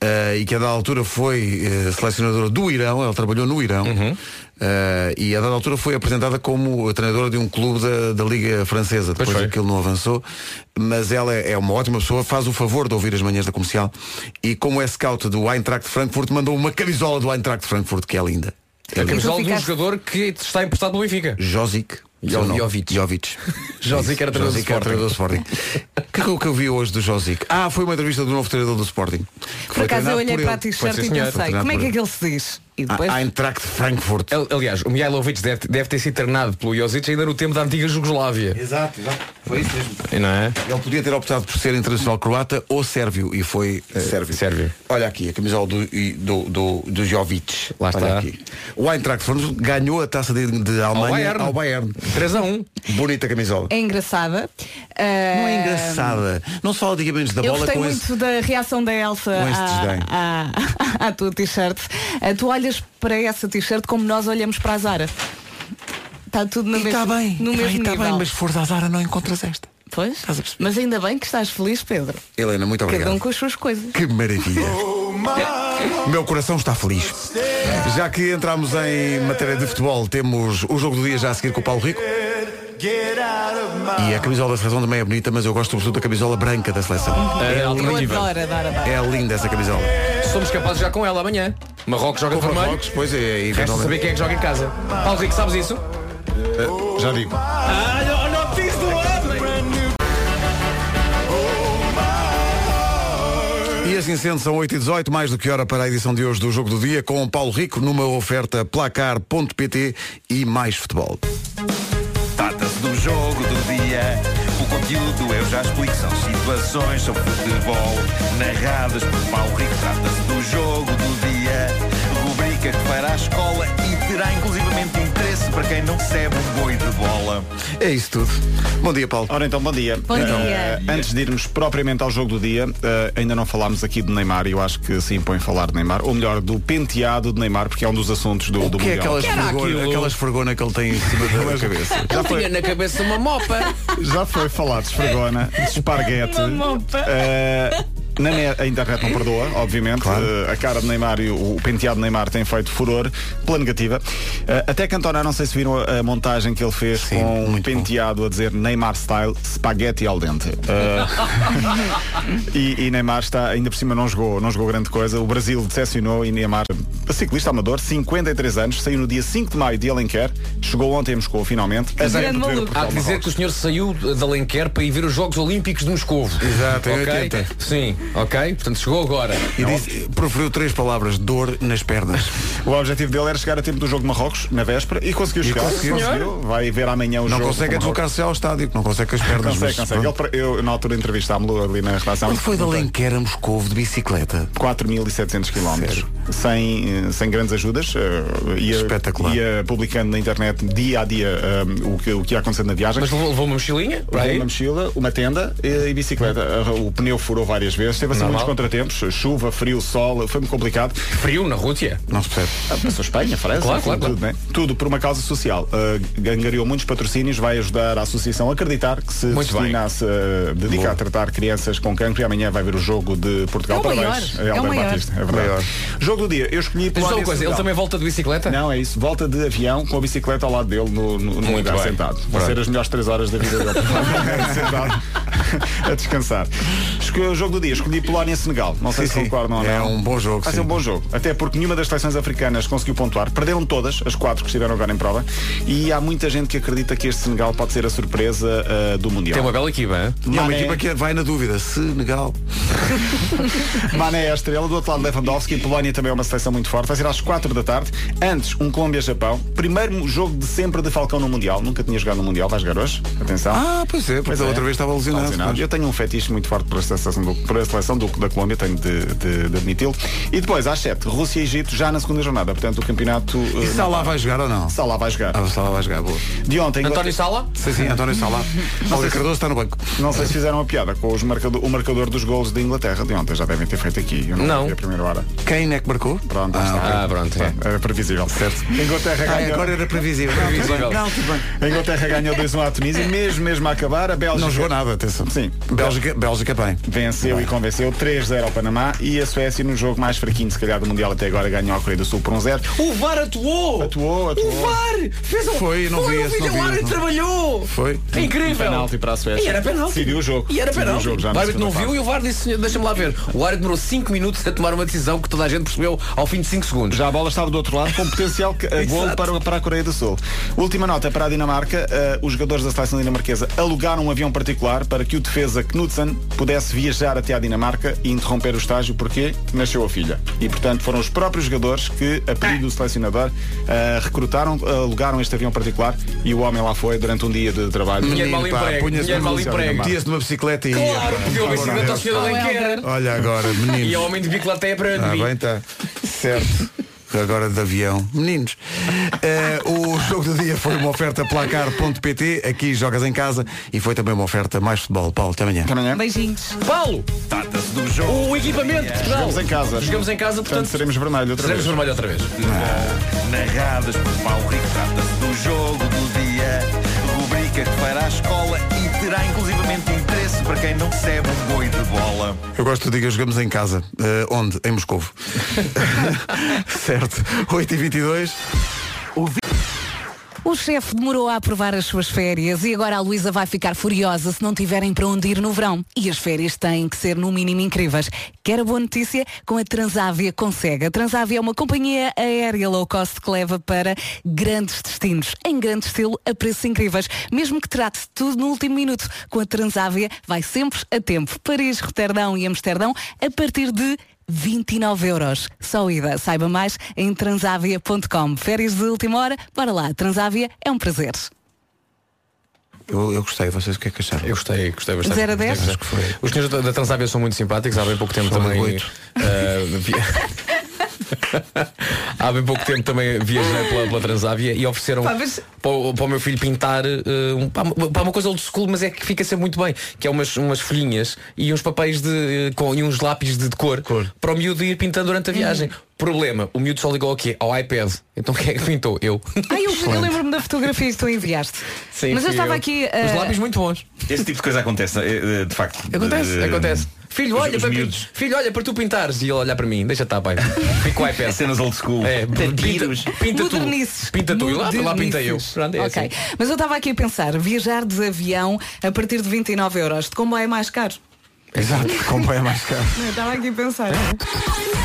eh, e que a dada altura foi eh, selecionadora do Irão, ela trabalhou no Irão Uhum. eh, e a dada altura foi apresentada como treinadora de um clube da, da Liga Francesa, depois foi. aquilo não avançou, mas ela é uma ótima pessoa, faz o favor de ouvir as manhãs da comercial e como é scout do Eintracht Frankfurt, mandou uma camisola do Eintracht Frankfurt que é linda. A camisola de um ficaste- jogador que está emprestado pelo Benfica. Josic. Ou não? Jovic. Jovic. Josic era treinador do Josic era Sporting. treinador do Sporting. O que, é que eu vi hoje do Josic? Ah, foi uma entrevista do novo treinador do Sporting. que Por foi acaso treinado eu olhei por para a ele. t-shirt Foi, e sim, senhor. Foi pensei, treinado como é por que é ele. que ele se diz? E depois. A- a Eintracht Frankfurt. Al- Aliás, o Mihailovic deve, deve ter sido treinado pelo Josic ainda no tempo da antiga Jugoslávia. Exato, exato. Foi isso mesmo. Não é? Ele podia ter optado por ser internacional croata ou sérvio e foi eh, sérvio. sérvio. Olha aqui, a camisola do, e- do, do, do Jovic. Lá Olha está. Aqui. O Eintracht Frankfurt ganhou a taça de, de Alemanha Bayern. ao Bayern. um. 3 a 1. Bonita camisola. É engraçada. Não é Ah, engraçada. Não se fala de menos da Eu bola gostei com muito esse. da reação da Elsa com esse desdém. à, à- à tua t-shirt. Ah, Tu olhas para essa t-shirt como nós olhamos para a Zara. Está tudo na E está mesma, bem, no está mesmo bem, tá nível. bem, mas se for da Zara não encontras esta. Pois? Estás a perceber? Mas ainda bem que estás feliz, Pedro. Helena, muito Cada obrigado. um com as suas coisas. Que maravilha. Meu coração está feliz. Já que entramos em matéria de futebol, temos o jogo do dia já a seguir com o Paulo Rico. E a camisola da seleção também é bonita, mas eu gosto sobretudo da camisola branca da seleção. É a Eu alternativa. adoro, adoro, adoro. É linda essa camisola. Somos capazes já com ela amanhã. Marrocos joga de Com vermelho. Marrocos, pois é, Resta eventualmente. saber quem é que joga em casa. Paulo Rico, sabes isso? Eh, Já digo. E assim sendo, são 8 e 18 mais do que hora para a edição de hoje do Jogo do Dia, com o Paulo Rico numa oferta placar.pt e mais futebol. Trata-se do jogo do dia. O conteúdo é eu já explico. São situações sobre futebol narradas por Paulo Rico. Trata-se do jogo do dia. Rubrica que fará a escola e terá inclusivamente interesse para quem não recebe um boi de bola. É isso tudo. Bom dia, Paulo. Ora então, bom dia. Bom Eh, dia. antes de irmos propriamente ao jogo do dia, eh, ainda não falámos aqui de Neymar e eu acho que se impõe falar de Neymar, ou melhor, do penteado de Neymar, porque é um dos assuntos do, O do que é Mundial. aquelas vergona, aquelas vergona que ele tem em cima da cabeça? Já foi, na cabeça uma mopa. já foi falar de esfregona, né? de esparguete. Eh, na net, a internet não perdoa, obviamente. Eh, a cara de Neymar e o, o penteado de Neymar tem feito furor, pela negativa. Eh, até Cantona, não sei se viram a, a montagem que ele fez Sim, com um muito bom. penteado a dizer Neymar style, spaghetti al dente. Eh, E, e Neymar está, ainda por cima não jogou, não jogou grande coisa. O Brasil decepcionou e Neymar, ciclista amador, 53 anos, saiu no dia 5 de maio de Alenquer, chegou ontem a Moscou finalmente. Acabou grande por ver o maluco. Há Portugal que dizer Marrocos. que o senhor saiu de Alenquer para ir ver os Jogos Olímpicos de Moscovo. Exato, em Ok? 80. Sim, ok? Portanto, chegou agora. E disse, proferiu três palavras, dor nas pernas. O objetivo dele era chegar a tempo do jogo de Marrocos na véspera e conseguiu chegar. conseguiu. Vai ver amanhã o Não É um jogo. consegue com Marrocos. deslocar-se ao estádio, não consegue com as pernas. Consegue, mas consegue. pronto. Ele- eu, na altura, entrevistámo-lo ali na relação. Quando foi de Alenquer a Moscovo de bicicleta? 4.700 km sem, eh, sem grandes ajudas eh, ia, Espetacular. ia publicando na internet dia a dia eh, o, que, o que ia acontecendo na viagem Mas levou, levou uma mochilinha? para aí? uma mochila, uma tenda eh, e bicicleta. Eh, O pneu furou várias vezes, teve assim Normal. muitos contratempos, chuva, frio, sol, foi muito complicado. Frio na Rússia? Não se percebe. Ah, Passou Espanha, França, Claro, enfim, claro, claro. tudo, né? Tudo por uma causa social. Uh, angariou muitos patrocínios, vai ajudar a associação a acreditar que se Muito bem. destina a se uh, dedica a tratar crianças com cancro e amanhã vai ver o jogo de Portugal. É o Parabéns, maior, é o Helder maior. Batista, é verdade. Maior. Jogo do dia, eu escolhi Mas pelo só uma ADS coisa, ele Portugal. também volta de bicicleta? Não, é isso. Volta de avião com a bicicleta ao lado dele no, no- no lugar bem. sentado. Vão ser as melhores três horas da vida dele. sentado a descansar. Escolhi o jogo do dia. Escolhi Polónia-Senegal. Não sei Sim, se sim. concordam ou não. É um bom jogo, Vai sim. ser um bom jogo. Até porque nenhuma das seleções africanas conseguiu pontuar. Perderam todas, as quatro que estiveram agora em prova. E há muita gente que acredita que este Senegal pode ser a surpresa ah, do Mundial. Tem uma bela equipa, hein? E há uma Mané. equipa que vai na dúvida. Senegal. Mané é a estrela, do outro lado Lewandowski, Polónia também é uma seleção muito forte, vai ser às 4 da tarde, antes um Colômbia-Japão, primeiro jogo de sempre de Falcão no Mundial, nunca tinha jogado no Mundial, vai jogar hoje, atenção. Ah, pois é, porque Pois da é. outra vez estava Está lesionado. lesionado. Eu tenho um fetiche muito forte por esta seleção, do, por esta seleção do, da Colômbia, tenho de, de- de admiti-lo. E depois, às 7, Rússia e Egito, já na segunda jornada, portanto o campeonato... E Salah vai jogar ou não? Salá vai jogar. Ah, o Salah vai jogar, boa. De ontem... António Inglaterra- Sala? Sim, sim, António Salah. Olha, Cardoso está no banco. Não sei se fizeram a piada com os marcador, o marcador dos golos da Inglaterra de ontem, já devem ter feito aqui. Eu não, Não. vi a primeira hora. Quem é que marcou? Pronto, lá está. Ah, pronto. é. Era previsível. Certo. A Inglaterra Ah, ganhou. agora era previsível. Previsível. Não, tudo bem. A Inglaterra ganhou 2-1 à Tunísia, um mesmo mesmo a acabar, a Bélgica. Não jogou nada, atenção. Sim. Bélgica, Bélgica bem. Venceu e convenceu 3-0 ao Panamá e a Suécia, no jogo mais fraquinho, se calhar, do Mundial até agora, ganhou a Coreia do Sul por 1-0. O VAR atuou! Atuou, atuou. O VAR! Fez um... Foi, não foi, vi o esse, vídeo, o não vi esse, árbitro não. trabalhou! Foi. É incrível. Um penalti para a Suécia. E era penalti. Decidiu o jogo. E era Decidiu penalti. O jogo já O na árbitro segunda não viu e fase. o VAR disse, deixa-me lá ver. O árbitro demorou 5 minutos a tomar uma decisão que toda a gente percebeu ao fim de 5 segundos. Já a bola estava do outro lado com potencial que- eh, gol Exato. para, para a Coreia do Sul. Última nota para a Dinamarca. eh, os jogadores da seleção dinamarquesa alugaram um avião particular para que o defesa Knudsen pudesse viajar até à Dinamarca e interromper o estágio porque nasceu a filha. E, portanto, foram os próprios jogadores que, a pedido do selecionador, eh, recrutaram, alugaram este avião particular e o homem lá foi durante um dia de trabalho. Menino, pá, punha-se punha-se numa- numa bicicleta. Metia-se numa bicicleta e ia. Claro, porque eu bicicleta ao senhor Alenquer. Olha agora, meninos. E ao homem de bico é até para Ah, mim. bem, tá. Certo. Agora de avião. Meninos, eh, o jogo do dia foi uma oferta placar.pt. Aqui jogas em casa e foi também uma oferta mais futebol. Paulo, até amanhã. Beijinhos. Paulo! Trata-se do jogo. O equipamento de Portugal. Jogamos em casa. Jogamos em casa, Portanto, portanto, seremos vermelho outra seremos vez. vermelho outra vez. Narradas por Paulo Rico, trata-se do jogo do dia. Rubrica que fará a escola e terá inclusivamente interesse para quem não recebe um boi de bola. Eu gosto que tu digas jogamos em casa. Eh, onde? Em Moscou. certo. 8h22. O chefe demorou a aprovar as suas férias e agora a Luísa vai ficar furiosa se não tiverem para onde ir no verão. E as férias têm que ser no mínimo incríveis. Quer a boa notícia? Com a Transávia consegue. A Transávia é uma companhia aérea low cost que leva para grandes destinos, em grande estilo, a preços incríveis. Mesmo que trate de tudo no último minuto, com a Transávia vai sempre a tempo. Paris, Roterdão e Amsterdão a partir de 29 euros. Só ida. Saiba mais em transavia.com. Férias de última hora, bora lá. Transavia é um prazer. Eu, eu gostei, vocês o que é que acharam? Eu gostei, gostei bastante. Zero a dez? Gostei bastante. Os senhores da- da Transávia são muito simpáticos, há bem pouco tempo São também. oito. eh, vi- há bem pouco tempo também viajei pela, pela Transávia e ofereceram Pá, mas- para, o, para o meu filho pintar eh, um, pá, uma- pá, uma coisa old school, mas é que fica sempre muito bem, que é umas, umas folhinhas e uns papéis de, eh, com, e uns lápis de, de cor, para o miúdo ir pintando durante a viagem. Hum. Problema, o miúdo só ligou aqui ao iPad. Então quem é que pintou? Eu. Ai, eu, eu lembro-me da fotografia que tu enviaste. Sim, Mas eu fui estava aqui. Os ah, lápis muito bons. Esse tipo de coisa acontece, eh, eh, de facto. Acontece, Eh, acontece. Filho, os- olha os para miúdos. mim. Filho, olha para tu pintares e ele olhar para mim. Deixa estar, pai. Fico o É iPad. cenas old school. É, pinta, Vampiros. pinta tu. Modernices. Pinta tu. E lá, lá pintei eu. Modernices. Pronto, é ok. assim. Mas eu estava aqui a pensar, viajar de avião a partir de 29 euros, de comboio é mais caro. Exato, acompanha mais caro. Eu estava aqui a pensar. É.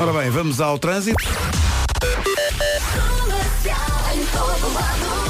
Ora bem, vamos ao trânsito.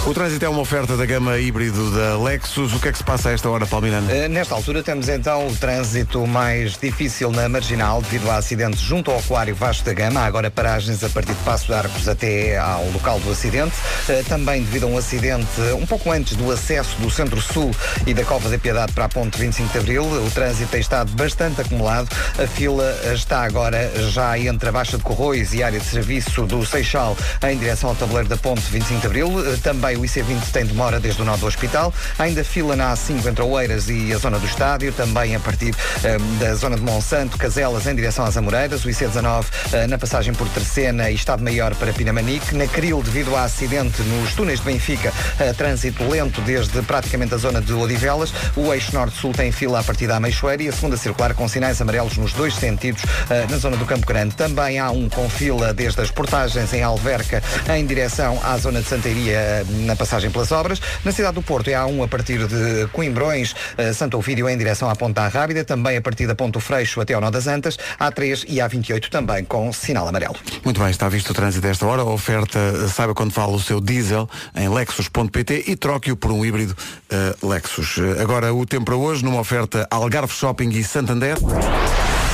O trânsito é uma oferta da gama híbrido da Lexus. O que é que se passa a esta hora, Palmirano? Eh, Nesta altura temos então o trânsito mais difícil na Marginal devido a acidente junto ao Aquário Vasco da Gama. Há Agora paragens a partir de Passo de Arcos até ao local do acidente. Eh, Também devido a um acidente eh, um pouco antes do acesso do Centro-Sul e da Cova da Piedade para a Ponte 25 de Abril. O trânsito tem estado bastante acumulado. A fila está agora já entre a Baixa de Corroios e a área de serviço do Seixal em direção ao tabuleiro da Ponte 25 de Abril. Eh, Também o IC20 tem demora desde o nó do hospital. Ainda fila na A5 entre Oeiras e a zona do estádio, também a partir eh, da zona de Monsanto, Caselas em direção às Amoreiras, o IC19 eh, na passagem por Tercena e Estado Maior para Pinamanique, na Cril devido a acidente nos túneis de Benfica, eh, trânsito lento desde praticamente a zona de Odivelas, o eixo norte-sul tem fila a partir da Meixoeira e a segunda circular com sinais amarelos nos dois sentidos eh, na zona do Campo Grande. Também há um com fila desde as portagens em Alverca em direção à zona de Santeiria eh, na passagem pelas obras. Na cidade do Porto é a um a partir de Coimbrões, eh, Santo Ovídio em direção à Ponta da Rábida, também a partir da Ponto Freixo até ao Nó das Antas, A3 e A28 também com sinal amarelo. Muito bem, está visto o trânsito a esta hora. A oferta, eh, saiba quando fala o seu diesel em lexus.pt e troque-o por um híbrido eh, Lexus. Eh, agora o tempo para hoje numa oferta Algarve Shopping e Santander.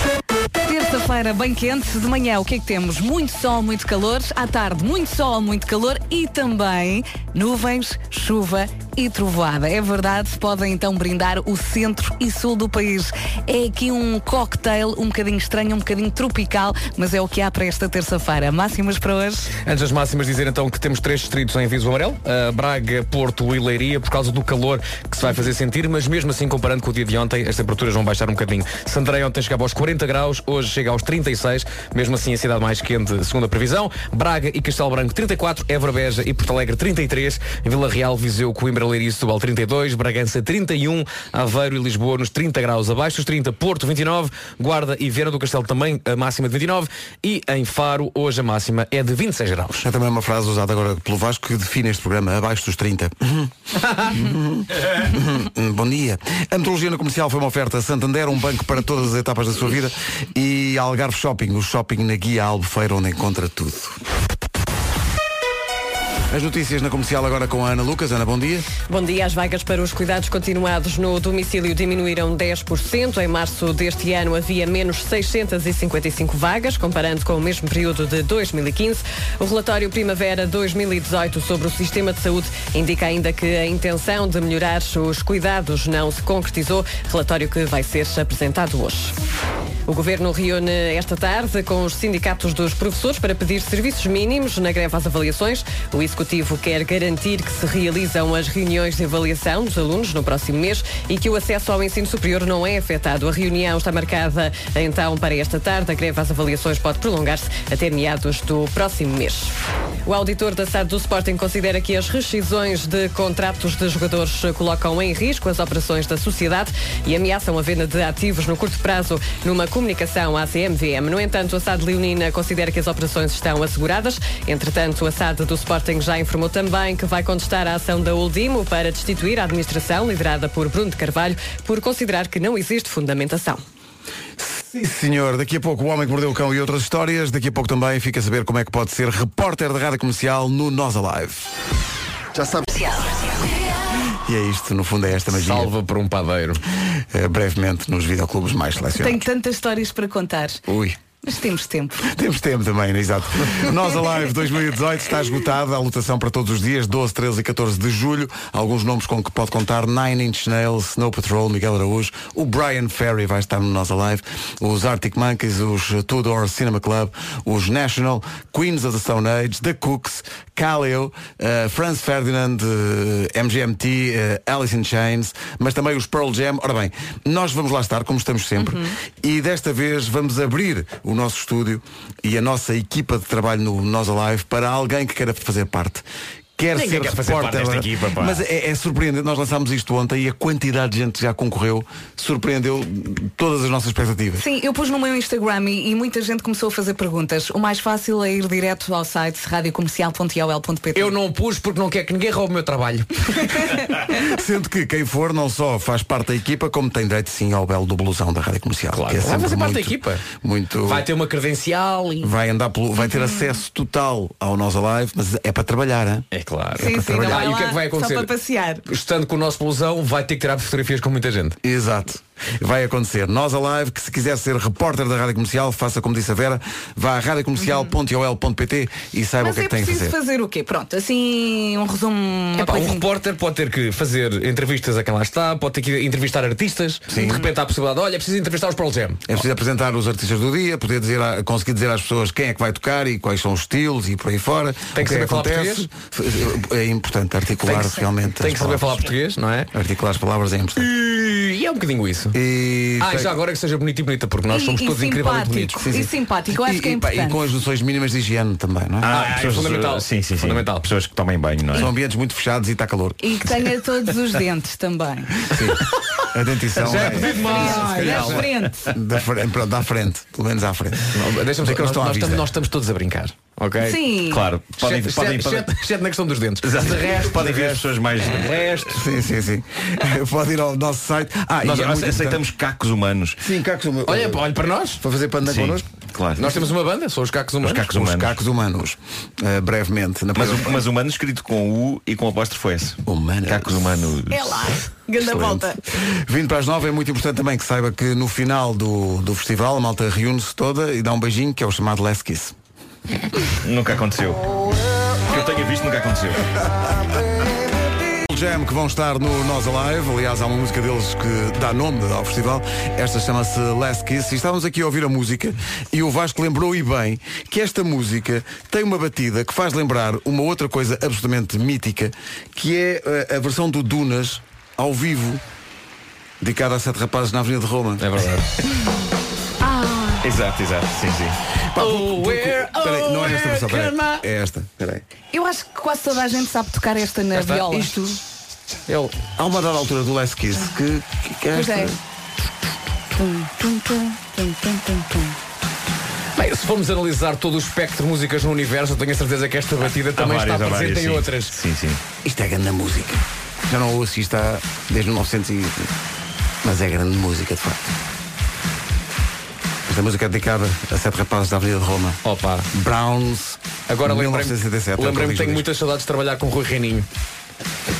Terça-feira bem quente, de manhã o que é que temos? Muito sol, muito calor, à tarde muito sol, muito calor e também nuvens, chuva e trovoada. É verdade, podem então brindar o centro e sul do país. É aqui um cocktail um bocadinho estranho, um bocadinho tropical, mas é o que há para esta terça-feira. Máximas para hoje. Antes das máximas dizer então que temos três distritos em aviso amarelo, uh, Braga, Porto e Leiria, por causa do calor que se vai fazer sentir, mas mesmo assim, comparando com o dia de ontem, as temperaturas vão baixar um bocadinho. Santarém ontem chegava aos 40 graus, hoje chega aos 36, mesmo assim a cidade mais quente, segundo a previsão. Braga e Castelo Branco 34, Évora Beja e Porto Alegre 33, Vila Real, Viseu, Coimbra, Leiria e Setúbal 32, Bragança 31, Aveiro e Lisboa nos 30 graus, abaixo dos 30, Porto 29, Guarda e Viana do Castelo também a máxima de 29 e em Faro hoje a máxima é de 26 graus. É também uma frase usada agora pelo Vasco que define este programa abaixo dos 30. Bom dia. A metodologia no comercial foi uma oferta a Santander, um banco para todas as etapas da sua vida e Algarve Shopping, o shopping na Guia Albufeira onde encontra tudo. As notícias na comercial agora com a Ana Lucas. Ana, bom dia. Bom dia. As vagas para os cuidados continuados no domicílio diminuíram 10%. Em março deste ano havia menos 655 vagas, comparando com o mesmo período de 2015. O relatório Primavera 2018 sobre o sistema de saúde indica ainda que a intenção de melhorar os cuidados não se concretizou. Relatório que vai ser apresentado hoje. O Governo reúne esta tarde com os sindicatos dos professores para pedir serviços mínimos na greve às avaliações. O Executivo quer garantir que se realizam as reuniões de avaliação dos alunos no próximo mês e que o acesso ao ensino superior não é afetado. A reunião está marcada então para esta tarde. A greve às avaliações pode prolongar-se até meados do próximo mês. O auditor da SAD do Sporting considera que as rescisões de contratos de jogadores colocam em risco as operações da sociedade e ameaçam a venda de ativos no curto prazo numa comunicação à CMVM. No entanto, a SAD Leonina considera que as operações estão asseguradas. Entretanto, a SAD do Sporting já informou também que vai contestar a ação da Uldimo para destituir a administração liderada por Bruno de Carvalho por considerar que não existe fundamentação. Sim, senhor. Daqui a pouco o Homem que Mordeu o Cão e outras histórias. Daqui a pouco também fica a saber como é que pode ser repórter da Rádio Comercial no Nós Alive. Já sabe. E é isto, no fundo, é esta magia. Salva por um padeiro. Eh, brevemente nos videoclubes mais selecionados. Tenho tantas histórias para contar, Ui. mas temos tempo. Temos tempo também, né? exato. Nós a Live 2018 está esgotada, a lotação para todos os dias, 12, 13 e 14 de julho. Alguns nomes com que pode contar, Nine Inch Nails, Snow Patrol, Miguel Araújo, o Brian Ferry vai estar no Nós a Live, os Arctic Monkeys, os Tudor Cinema Club, os National, Queens of the Stone Age, The Cooks, Kaleo, eh, Franz Ferdinand, eh, MGMT, eh, Alice in Chains, mas também os Pearl Jam. Ora bem, nós vamos lá estar, como estamos sempre, Uhum. e desta vez vamos abrir o nosso estúdio e a nossa equipa de trabalho no Nós Alive para alguém que queira fazer parte. Quer Ninguém ser quer fazer parte repórter, desta equipa, pá. mas é, é surpreendente. Nós lançámos isto ontem e a quantidade de gente que já concorreu surpreendeu todas as nossas expectativas. Sim, eu pus no meu Instagram e, e muita gente começou a fazer perguntas. O mais fácil é ir direto ao site radiocomercial.iol.pt. Eu não pus porque não quer que ninguém roube o meu trabalho. Sendo que quem for não só faz parte da equipa, como tem direito sim ao belo do blusão da Rádio Comercial. Claro, Vai fazer parte da equipa. Muito. Vai ter uma credencial e. vai andar pelo, vai ter acesso total ao Nós Alive, mas é para trabalhar, hein? É claro. Sim, sim, não trabalhar. vai E o lá que é que vai acontecer? Só para passear. Estando com o nosso blusão, vai ter que tirar fotografias com muita gente. Exato. Vai acontecer. Nós Alive, que se quiser ser repórter da Rádio Comercial, faça como disse a Vera, vá a radiocomercial.ol.pt e saiba Uhum. Mas o que é é que tem que preciso fazer. fazer. o quê? Pronto, assim, um resumo. uma Epá, um coisinha. repórter pode ter que fazer entrevistas a quem lá está, pode ter que entrevistar artistas, de repente há a possibilidade, olha, é preciso entrevistar os Pearl Jam. É preciso apresentar os artistas do dia, poder dizer, a- conseguir dizer às pessoas quem é que vai tocar e quais são os estilos e por aí fora. Tem o que é saber falar acontece. É importante Tem articular que, se- realmente. tem as que saber falar palavras. português, não é? Articular as palavras é importante. E, e é um bocadinho isso. E Ah, tem- e já agora que seja bonito e bonita, porque nós E- somos e todos incrivelmente bonitos. simpático. E simpático, eu acho e, que é e, pá, e importante. com as noções mínimas de higiene também, não é? Ah, é fundamental. Sim, sim, sim. Fundamental. Pessoas que tomem banho, não é? São ambientes muito fechados e está calor. E que tenha todos os dentes também. Sim. A dentição Já é é- pedido mais. Ah, calhar. na frente. da frente, pronto, à frente, pelo menos à frente. Deixa-me É dizer, que eles nós, estão à nós, estamos, vista. nós estamos todos a brincar. Ok? Sim. Claro, podem, Exceto- podem, exceto- podem, exceto na questão dos dentes. Exato. De resto, podem ver as pessoas mais. resto. Sim, sim, sim. Pode ir ao nosso site. Ah, Nós e é muito aceitamos cacos humanos. importante- Sim, cacos humanos. Olha, olha para nós. Para fazer panda Sim, connosco. claro. Nós temos uma banda, são os cacos humanos. Os cacos Os humanos. cacos humanos. Uh, brevemente. Na Mas, primeira- mas humano escrito com U e com apóstrofe S. Humanos. Cacos humanos. É lá. Ganda Excelente. volta. Vindo para as nove, é muito importante também que saiba que no final do, do festival a malta reúne-se toda e dá um beijinho, que é o chamado Last Kiss. Nunca aconteceu. Que eu tenha visto, nunca aconteceu. Jam que vão estar no Nós Alive. Aliás, há uma música deles que dá nome ao festival. Esta chama-se Last Kiss. E estávamos aqui a ouvir a música e o Vasco lembrou e bem que esta música tem uma batida que faz lembrar uma outra coisa absolutamente mítica, que é eh, a versão do Dunas ao vivo, dedicada a sete rapazes na Avenida de Roma. É verdade. Exato, exato, sim, sim. oh, where, oh, não é esta versão, where Ah. peraí. can I- É esta, peraí. Eu acho que quase toda a gente sabe tocar esta na Esta- viola. isto- Eu... Há uma dada altura do Last Kiss que, que, que é Pois esta. é. Tum, tum, tum, tum, tum, tum, tum. Bem, se formos analisar todo o espectro de músicas no universo, eu tenho a certeza que esta batida também várias, está há presente várias, em sim. outras. Sim, sim. Isto é grande música. Já não ouço isto há, desde 1900 e... Mas é grande música, de facto. Esta música é dedicada a sete rapazes da Avenida de Roma. Opa. Browns. Agora lembrei-me 1977, é o lembrei que tenho disco deste. muitas saudades de trabalhar com o Rui Reininho.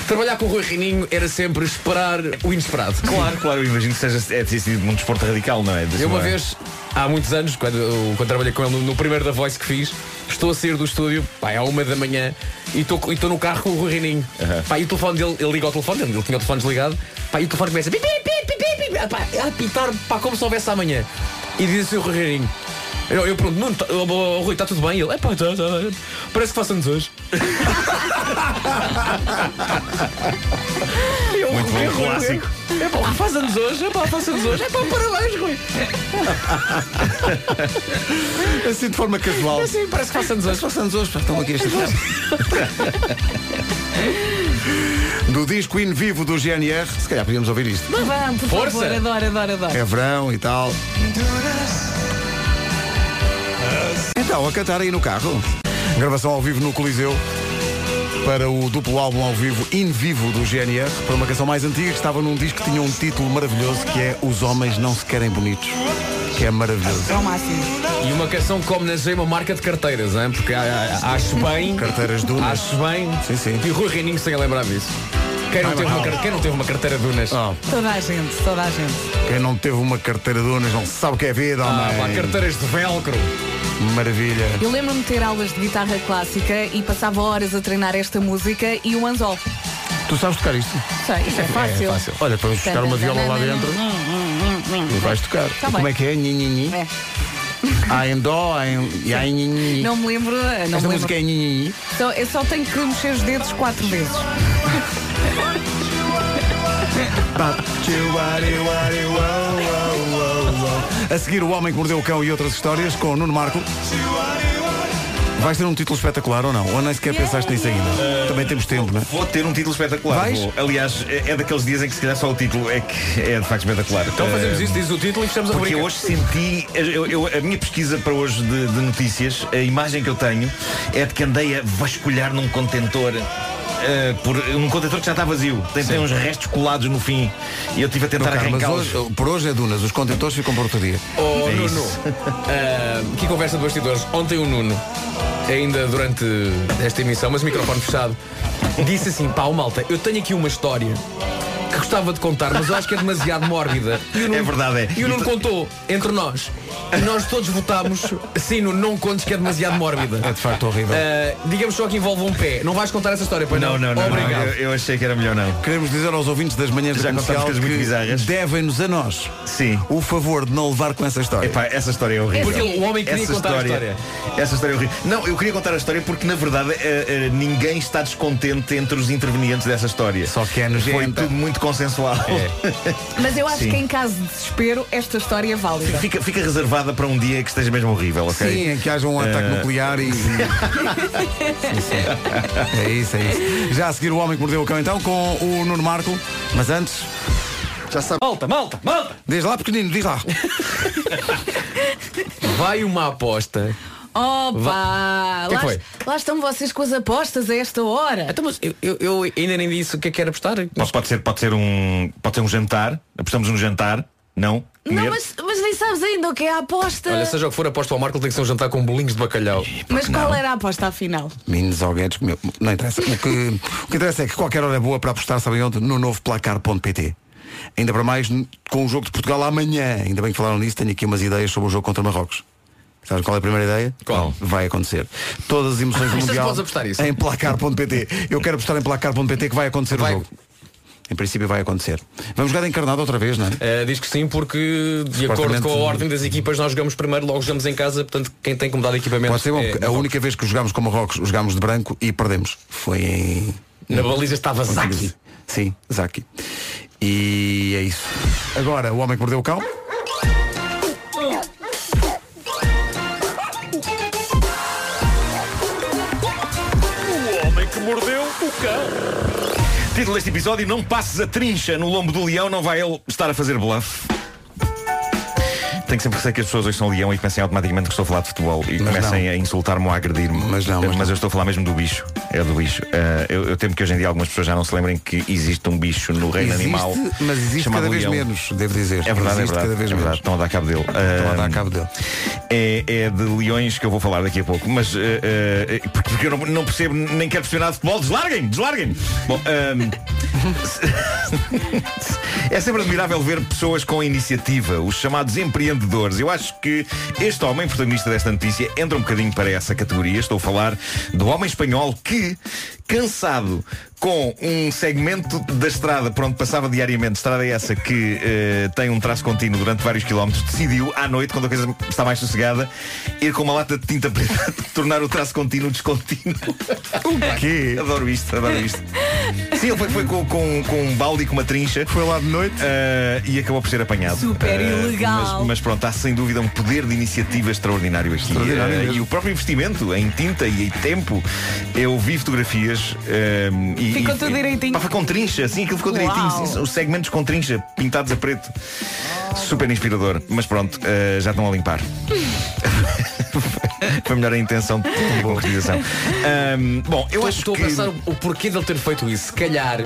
Trabalhar com o Rui Reininho era sempre esperar o inesperado. Claro, claro, eu imagino que seja é, ter sido um desporto radical, não é? Eu uma Não é? vez, há muitos anos, quando, eu- quando trabalhei com ele no, no primeiro da Voice que fiz, estou a sair do estúdio, pá, é à uma da manhã, e estou co- e estou no carro com o Rui Reininho. Pá, e o telefone dele, ele liga o telefone, ele, ele tinha o telefone desligado, pá, e o telefone começa pip, pip, pip, pip, pip, pá, a apitar, pá, como se houvesse amanhã. E diz assim o Rui Reininho. Eu, eu pergunto, Nuno, tá, oh, oh, Rui, está tudo bem? E ele, é pá, tá, tá, tá. parece que façam-nos hoje. Eu, Muito bom, clássico. É pá, façam-nos hoje, é pá, façam-nos hoje, é pá, parabéns, Rui. Assim de forma casual. Assim, parece que façam-nos hoje. Façam-nos hoje, pá, estão aqui a esta Do disco In Vivo do GNR, se calhar podíamos ouvir isto. Vamos, por Força! favor, adoro, adoro, adoro. É verão e tal. Então, a cantar aí no carro. Gravação ao vivo no Coliseu para o duplo álbum ao vivo In Vivo do GNR, para uma canção mais antiga que estava num disco que tinha um título maravilhoso que é Os Homens Não Se Querem Bonitos, que é maravilhoso. É o máximo. E uma canção que homenageia uma marca de carteiras, hein? porque a- a- acho bem. Carteiras Dunas. Acho bem. Sim, sim. E o Rui Reininho sem lembrar disso. Quem não, Ai, teve mas uma, não. car- quem não teve uma carteira Dunas? Oh, Toda a gente, toda a gente. quem não teve uma carteira de unas não sabe o que é vida, Ah, pá, homem. carteiras de velcro. Maravilha. Eu lembro-me de ter aulas de guitarra clássica e passava horas a treinar esta música e o anzol. Tu sabes tocar isto? Sei, isto é fácil. é Olha, vamos buscar uma viola lá dentro e vais tocar. Tá bem. Como é que é? Nhi, nhi, nhi. É. Há em dó, há em... E há em nhi, nhi, nhi. Não me lembro, não me é Esta lembro. música é nhi, nhi, nhi. Só, eu só tenho que mexer os dedos quatro vezes. A seguir, O Homem que Mordeu o Cão e outras histórias com o Nuno Marco. Vais ter um título espetacular ou não? Ou nem sequer pensaste nisso ainda? Também temos tempo, não é? Vou ter um título espetacular. Vais? vou. Aliás, é é daqueles dias em que se calhar só o título é que é de facto espetacular. Então fazemos Eh, isso, diz o título e fechamos a Porque rubrica. eu hoje senti, eu- eu- a minha pesquisa para hoje de, de notícias, a imagem que eu tenho é de que andei a vasculhar num contentor. eh, por um contentor que já está vazio tem, tem uns restos colados no fim e eu tive a Não, tentar cara, mas arrancá-los hoje, por hoje é Dunas, os contentores ficam por outro dia. Oh, É Nuno, isso. ah, que conversa de bastidores. Ontem o Nuno, ainda durante esta emissão, mas o microfone fechado, disse assim, pá, ó, malta, eu tenho aqui uma história que gostava de contar, mas eu acho que é demasiado mórbida. E o Nuno- É verdade, é. E o Nuno contou, entre nós, e nós todos votámos, sim, Nuno, não contes que é demasiado mórbida. É de facto horrível. Ah, digamos só que envolve um pé. Não vais contar essa história, pois não? não, não, não, não, Obrigado. eu, eu achei que era melhor não Queremos dizer aos ouvintes das manhãs da Já comercial contámos coisas muito bizarras. que devem-nos a nós sim o favor de não levar com essa história. Epá, essa história é horrível. Porque o homem queria essa contar a Essa história é horrível. Não, eu queria contar a história porque, na verdade, eh, eh, ninguém está descontente entre os intervenientes dessa história. Só que é Foi nojenta. É. tudo muito consensual. Mas eu acho Sim. que é em caso de desespero, esta história é válida. Fica, fica reservada para um dia que esteja mesmo horrível, ok? Eh, Sim, em que haja um ataque nuclear e. Sim, sim. É isso, é isso. Já a seguir o homem que mordeu o cão então com o Nuno Marco, mas antes, Já sabe. Malta, malta, malta! diz lá pequenino, diz lá. Vai uma aposta. Opa! é Que Lá, foi? lá estão vocês com as apostas a esta hora. Então, mas eu, eu- eu ainda nem disse o que é que era apostar. Pode, pode ser, pode, ser um, pode ser um jantar. Apostamos num jantar. Não? Não, Comer? Ah, mas, mas nem sabes ainda o que é a aposta. Olha, seja o que for, aposto ao Marco tem que ser um jantar com bolinhos de bacalhau. mas qual é? era a aposta afinal? Meninos ou guedes, meu, não interessa. O que, o que interessa é que qualquer hora é boa para apostar, sabem onde? No novo placar.pt. Ainda para mais n- com o jogo de Portugal amanhã. Ainda bem que falaram nisso, tenho aqui umas ideias sobre o jogo contra Marrocos. Sabes qual é a primeira ideia? Qual? Vai acontecer. Todas as emoções do Isto Mundial podes apostar isso. em placar.pt. Eu quero apostar em placar.pt que vai acontecer o jogo. Em princípio vai acontecer. Vamos jogar de encarnado outra vez, não é? Eh, diz que sim, porque de acordo Supostamente- com a ordem das equipas nós jogamos primeiro, logo jogamos em casa, portanto quem tem que mudar de equipamento. Pode ser bom, é- porque a única vez que jogámos com Marrocos, jogámos de branco e perdemos. Foi em. Na baliza estava Zaki. Sim, Zaki. E é isso. Agora, o homem que mordeu o cão. O homem que mordeu o cão. Título deste episódio: Não passes a trincha no lombo do leão, não vai ele estar a fazer bluff. Tenho sempre receio que as pessoas hoje são leão e pensem automaticamente que estou a falar de futebol e comecem a insultar-me ou a agredir-me. Mas não. Mas, eu estou a falar mesmo do bicho. É do bicho. Ah, eu, eu temo que hoje em dia algumas pessoas já não se lembrem que existe um bicho no reino Existe, animal. mas existe chamado cada vez leão. menos, devo dizer. É verdade, é Existe verdade. cada vez é verdade. menos. Estão a dar cabo dele. Estão a dar Ah, cabo dele. É, é de leões que eu vou falar daqui a pouco, mas ah, ah, porque porque eu não, não percebo, nem quero perceber nada de futebol. Deslarguem, deslarguem. Bom, ah, é sempre admirável ver pessoas com iniciativa, os chamados empreendedores. Eu acho que este homem, protagonista desta notícia, entra um bocadinho para essa categoria. Estou a falar do homem espanhol que, cansado com um segmento da estrada por onde passava diariamente, estrada é essa que eh, tem um traço contínuo durante vários quilómetros, decidiu, à noite, quando a coisa está mais sossegada, ir com uma lata de tinta preta, tornar o traço contínuo descontínuo. O quê? Adoro isto, adoro isto. Sim, ele foi, foi com, com- com um balde e com uma trincha. Eh, Foi lá de noite. e acabou por ser apanhado. Super Eh, ilegal. mas, mas pronto, há sem dúvida um poder de iniciativa extraordinário aqui. Extraordinário Eh, mesmo. e o próprio investimento em tinta e em tempo. Eu vi fotografias eh, e. Ficou e- tudo direitinho. Pá, foi com trincha, sim, aquilo ficou Uau. direitinho. sim, Os segmentos com trincha, pintados a preto. Super inspirador. Mas pronto, eh, já estão a limpar. Foi melhor a intenção do que a concretização. Ahm, bom, eu Estou- acho Estou que. a pensar o- o porquê dele ter feito isso. Se calhar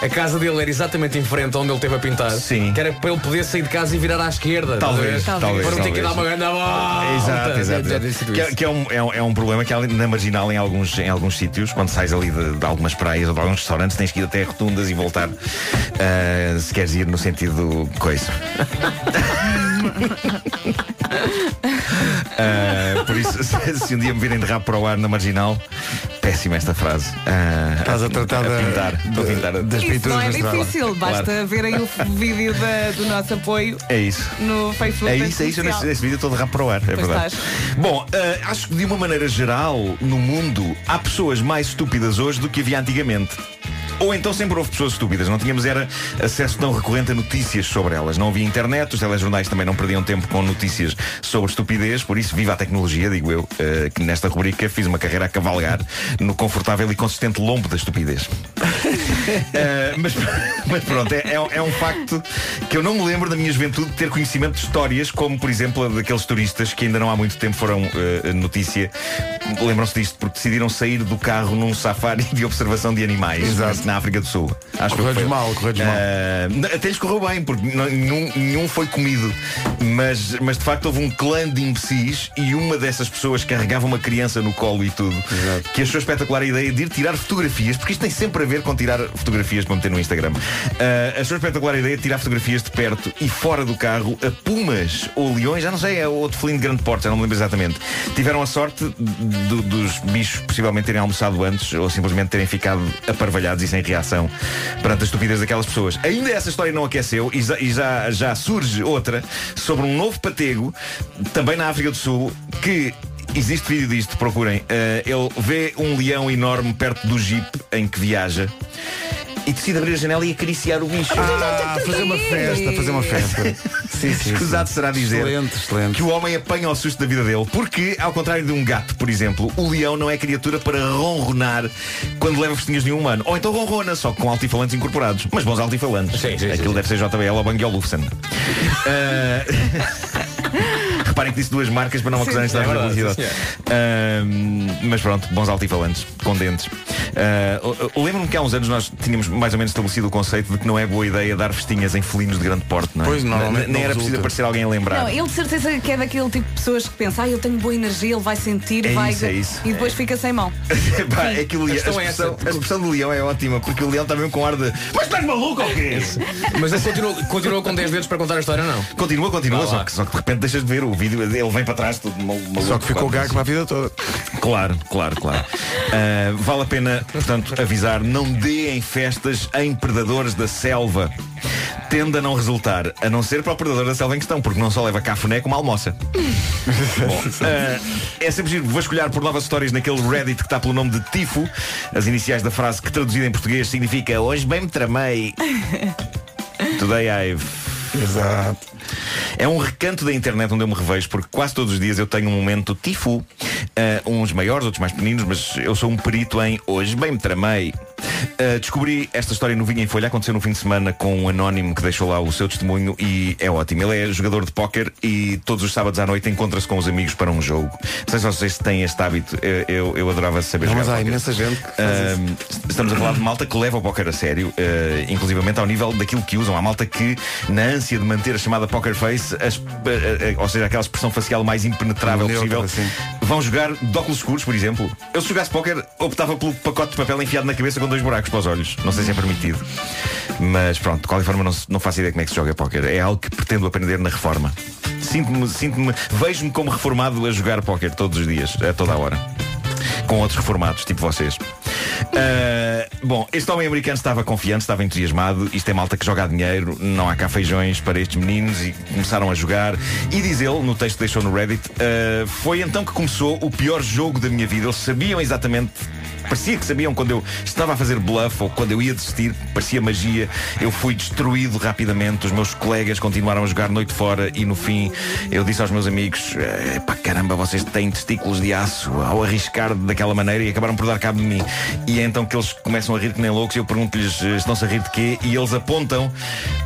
a casa dele era exatamente em frente a onde ele teve a pintar. Sim. Que era para ele poder sair de casa e virar à esquerda. Talvez, estás a ver? talvez, Para não talvez. ter que dar uma grande volta. Exato, exato. Deve ter exato. sido Que, isso. é- que é, um, é, um, é um problema que há ali na marginal em alguns, em alguns sítios, quando sais ali de, de algumas praias ou de alguns restaurantes, tens que ir até rotundas e voltar ah, se queres ir no sentido coisa. Ah, por isso, se, se um dia me virem de rabo para o ar na marginal, péssima esta frase. Ah, Estás a tratar a da- pintar, estou a pintar. das Isso não é da estrada. difícil, basta Claro. verem o vídeo da- do nosso apoio É isso. no Facebook. É da isso, é isso, eu nesse, comercial. nesse vídeo todo de rabo para o ar, é verdade. estás. Bom, eh, acho que de uma maneira geral, no mundo, há pessoas mais estúpidas hoje do que havia antigamente. Ou então sempre houve pessoas estúpidas, não tínhamos era acesso tão recorrente a notícias sobre elas. Não havia internet, os telejornais também não perdiam tempo com notícias sobre estupidez, por isso viva a tecnologia, digo eu, eh, que nesta rubrica fiz uma carreira a cavalgar no confortável e consistente lombo da estupidez. Uh, mas, mas pronto, é, é- é um facto que eu não me lembro da minha juventude de ter conhecimento de histórias, como por exemplo a daqueles turistas que ainda não há muito tempo foram uh, notícia. Lembram-se disto, porque decidiram sair do carro num safari de observação de animais na África do Sul. Acho Correu-lhes que foi. mal, correu-lhes Uh, mal. n- até lhes correu bem, porque não- nenhum, nenhum foi comido. Mas, mas de facto houve um clã de imbecis e uma dessas pessoas carregava uma criança no colo e tudo. Que achou espetacular a ideia de ir tirar fotografias, porque isto tem sempre a ver com tirar fotografias para meter no Instagram. Ah, achou espetacular a ideia de tirar fotografias de perto e fora do carro a pumas ou leões, já não sei, é outro felino de grande porte, já não me lembro exatamente. Tiveram a sorte do- dos bichos possivelmente terem almoçado antes ou simplesmente terem ficado aparvalhados e sem reação perante a estupidez daquelas pessoas. Ainda essa história não aqueceu e já, e já- já surge outra sobre um novo patego, também na África do Sul, que. Existe vídeo disto, procurem. Eh, ele vê um leão enorme perto do jeep em que viaja e decide abrir a janela e acariciar o bicho. Ah, fazer uma festa, fazer uma festa. Sim, sim, Escusado será dizer Excelente, excelente. que o homem apanha o susto da vida dele. Porque, ao contrário de um gato, por exemplo, o leão não é criatura para ronronar quando leva festinhas de um humano. Ou então ronrona, só que com altifalantes incorporados. Mas bons altifalantes. Sim, sim, Aquilo sim, deve ser JBL ou Bang Olufsen. Ah, Reparem que disse duas marcas para não acusarem Sim, é estar na verdade, publicidade. sim, senhor. Ahm, mas pronto, bons altifalantes, com dentes. Ah, eu- eu Lembro-me que há uns anos nós tínhamos mais ou menos estabelecido o conceito de que não é boa ideia dar festinhas em felinos de grande porte, não é? Pois, normalmente Nem- Nem não era resulta. preciso aparecer alguém a lembrar. Não, ele de certeza que é daquele tipo de pessoas que pensa, ah, eu tenho boa energia, ele vai sentir, É vai. isso, é isso. E depois fica sem mão. Pá, é que o leão- a, questão é expressão, a expressão do leão é ótima, porque o leão está mesmo com ar de Mas estás maluco ou quê? Mas ele continuou, continuou com 10 dedos para contar a história, não? Continua, continua, Vá lá. só que, só que de repente deixas de ver o vídeo, ele vem para trás tudo mal- maluco. Só que ficou quase. gago para a vida toda. Claro, claro, claro. Ah, vale a pena, portanto, avisar, não deem festas em predadores da selva. Tende a não resultar, a não ser para o predador da selva em questão, porque não só leva cafuné como almoça. Bom, ah, é sempre giro vasculhar por novas histórias naquele Reddit que está pelo nome de Tifo, as iniciais da frase que traduzida em português significa hoje bem me tramei. Today I've. Exato. É um recanto da internet onde eu me revejo, porque quase todos os dias eu tenho um momento tifu. Ah, uns maiores, outros mais pequeninos, mas eu sou um perito em hoje bem me tramei. Ah, descobri esta história no Vinha em Folha, aconteceu no fim de semana com um anónimo que deixou lá o seu testemunho e é ótimo. Ele é jogador de póquer e todos os sábados à noite encontra-se com os amigos para um jogo. Não sei se vocês têm este hábito, eu, eu, eu adorava saber Não, jogar mas há póquer. imensa gente que faz isso. Ahm, estamos a falar de malta que leva o póquer a sério, eh, inclusivamente ao nível daquilo que usam. Há malta que, na ânsia de manter a chamada poker face, as- eh, eh, ou seja, aquela expressão facial mais impenetrável Neutra, possível, sim. vão jogar de óculos escuros, por exemplo. Eu, se jogasse póquer, optava pelo pacote de papel enfiado na cabeça com dois buracos para os olhos. Não sei se é permitido. Mas pronto, de qualquer forma, não, se- não faço ideia como é que se joga póquer. É algo que pretendo aprender na reforma. Sinto-me, sinto-me, vejo-me como reformado a jogar póquer todos os dias, a toda a hora com outros reformados, tipo vocês. Ah, bom, este homem americano estava confiante, estava entusiasmado. Isto é malta que joga a dinheiro, não há cá feijões para estes meninos e começaram a jogar. E diz ele, no texto que deixou no Reddit, ah, foi então que começou o pior jogo da minha vida. Eles sabiam exatamente. Parecia que sabiam quando eu estava a fazer bluff ou quando eu ia desistir, parecia magia. Eu fui destruído rapidamente. Os meus colegas continuaram a jogar noite fora e no fim eu disse aos meus amigos: "Eh, pá, caramba, vocês têm testículos de aço ao arriscar daquela maneira e acabaram por dar cabo de mim. E é então que eles começam a rir que nem loucos. e Eu pergunto-lhes: "Eh, estão-se a rir de quê? E eles apontam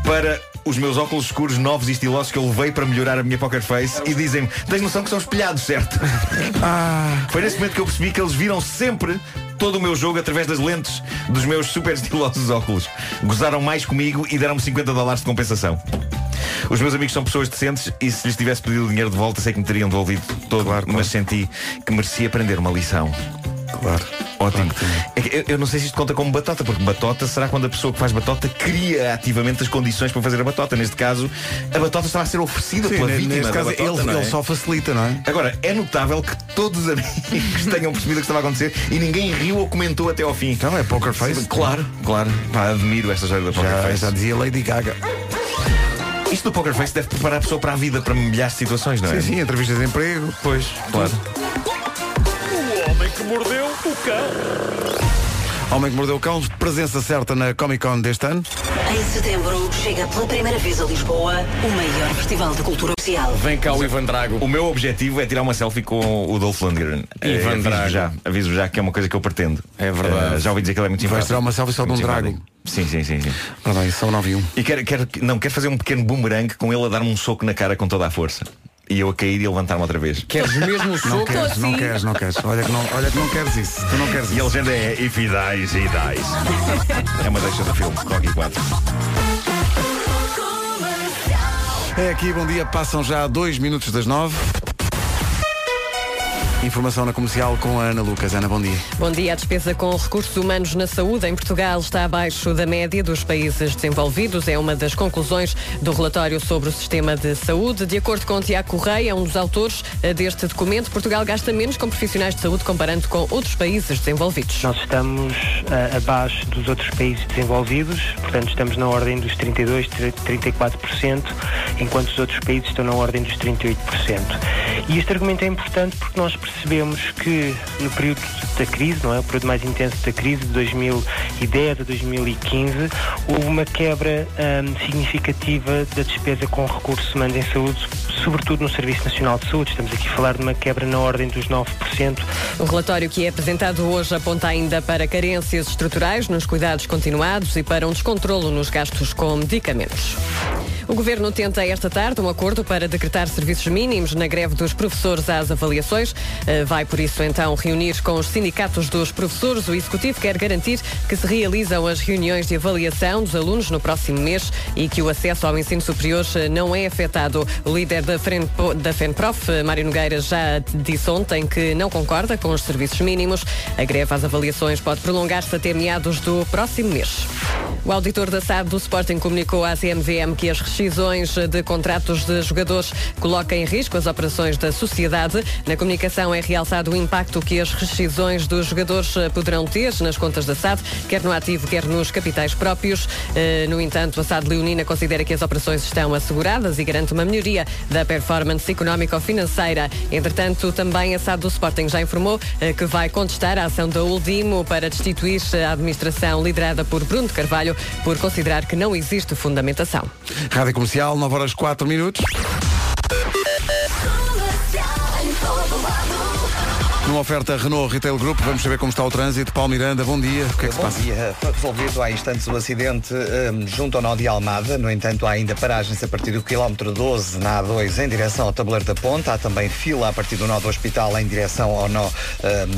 para os meus óculos escuros novos e estilosos que eu levei para melhorar a minha poker face e dizem-me: tens noção que são espelhados, certo? Foi nesse momento que eu percebi que eles viram sempre todo o meu jogo através das lentes dos meus super estilosos óculos. Gozaram mais comigo e deram-me 50 dólares de compensação. Os meus amigos são pessoas decentes e se lhes tivesse pedido o dinheiro de volta sei que me teriam devolvido todo, mas senti que merecia aprender uma lição. Claro. Ótimo. É que eu, eu não sei se isto conta como batota, porque batota será quando a pessoa que faz batota cria ativamente as condições para fazer a batota. Neste caso, a batota estava a ser oferecida pela Sim, vítima. neste da caso, batota, ele, não é? ele só facilita, não é? Agora, é notável que todos os amigos tenham percebido o que estava a acontecer e ninguém riu ou comentou até ao fim. Então é Poker Face. Claro, claro. Pá, admiro esta história da Poker Já, Face. já dizia Lady Gaga. Isto do Poker Face deve preparar a pessoa para a vida, para milhares de situações, não é? Sim, sim, entrevistas de emprego. Pois, claro. O homem que mordeu o cão. Homem que mordeu o cão, presença certa na Comic Con deste ano. Em setembro chega pela primeira vez a Lisboa o maior festival de cultura oficial. Vem cá o Ivan Drago. O meu objetivo é tirar uma selfie com o Dolph Lundgren. Eh, Ivan aviso-vos Drago. já, aviso já que é uma coisa que eu pretendo. É verdade. já ouvi dizer que ele é muito Vais simpático. tirar uma selfie só de um Muito drago. simpático. Sim, sim, sim, sim. Ora bem, um são 9 e 1. E quero, quero, não, quero fazer um pequeno boomerang com ele a dar-me um soco na cara com toda a força. E eu a cair e a levantar-me outra vez. Queres mesmo o Não soco? queres, não queres, não queres. Olha que não, olha que não queres isso. Tu não queres E a legenda é If he dies, he dies. é uma deixa do filme, Rocky 4. É aqui, bom dia. Passam já dois minutos das nove. Informação na comercial com a Ana Lucas. Ana, bom dia. Bom dia. A despesa com recursos humanos na saúde em Portugal está abaixo da média dos países desenvolvidos. É uma das conclusões do relatório sobre o sistema de saúde. De acordo com Tiago Correia, um dos autores eh, deste documento, Portugal gasta menos com profissionais de saúde comparando com outros países desenvolvidos. Nós estamos ah, abaixo dos outros países desenvolvidos, portanto estamos na ordem dos 32, 34%, enquanto os outros países estão na ordem dos 38%. E este argumento é importante porque nós percebemos que no período da crise, não é? O período mais intenso da crise de 2010 a 2015, houve uma quebra ah, significativa da despesa com recursos humanos em saúde, sobretudo no Serviço Nacional de Saúde. Estamos aqui a falar de uma quebra na ordem dos 9%, O relatório que é apresentado hoje aponta ainda para carências estruturais nos cuidados continuados e para um descontrolo nos gastos com medicamentos. O governo tenta esta tarde um acordo para decretar serviços mínimos na greve dos professores às avaliações. Eh, Vai, por isso, então, reunir com os sindicatos dos professores. O executivo quer garantir que se realizam as reuniões de avaliação dos alunos no próximo mês e que o acesso ao ensino superior eh, não é afetado. O líder da, Frenpo- da FENPROF, eh, Mário Nogueira, já disse ontem que não concorda com os serviços mínimos. A greve às avaliações pode prolongar-se até meados do próximo mês. O auditor da SAD do Sporting comunicou à CMVM que as rescisões eh, de contratos de jogadores colocam em risco as operações da sociedade. Na comunicação é realçado o impacto que as rescisões dos jogadores eh, poderão ter nas contas da SAD, quer no ativo, quer nos capitais próprios. Eh, No entanto, a SAD Leonina considera que as operações estão asseguradas e garante uma melhoria da performance económico-financeira. Entretanto, também a SAD do Sporting já informou eh, que vai contestar a ação da Uldimo para destituir a administração liderada por Bruno de Carvalho por considerar que não existe fundamentação. Rádio Comercial, 9 horas 4 minutos. Numa oferta Renault Retail Group, vamos saber como está o trânsito. Paulo Miranda, bom dia. O que é que se Bom passa? dia. Foi resolvido há instantes o acidente hum, junto ao nó de Almada. No entanto, há ainda paragens a partir do quilómetro 12 na A2 em direção ao Tabuleiro da Ponta. Há também fila a partir do nó do Hospital em direção ao nó hum,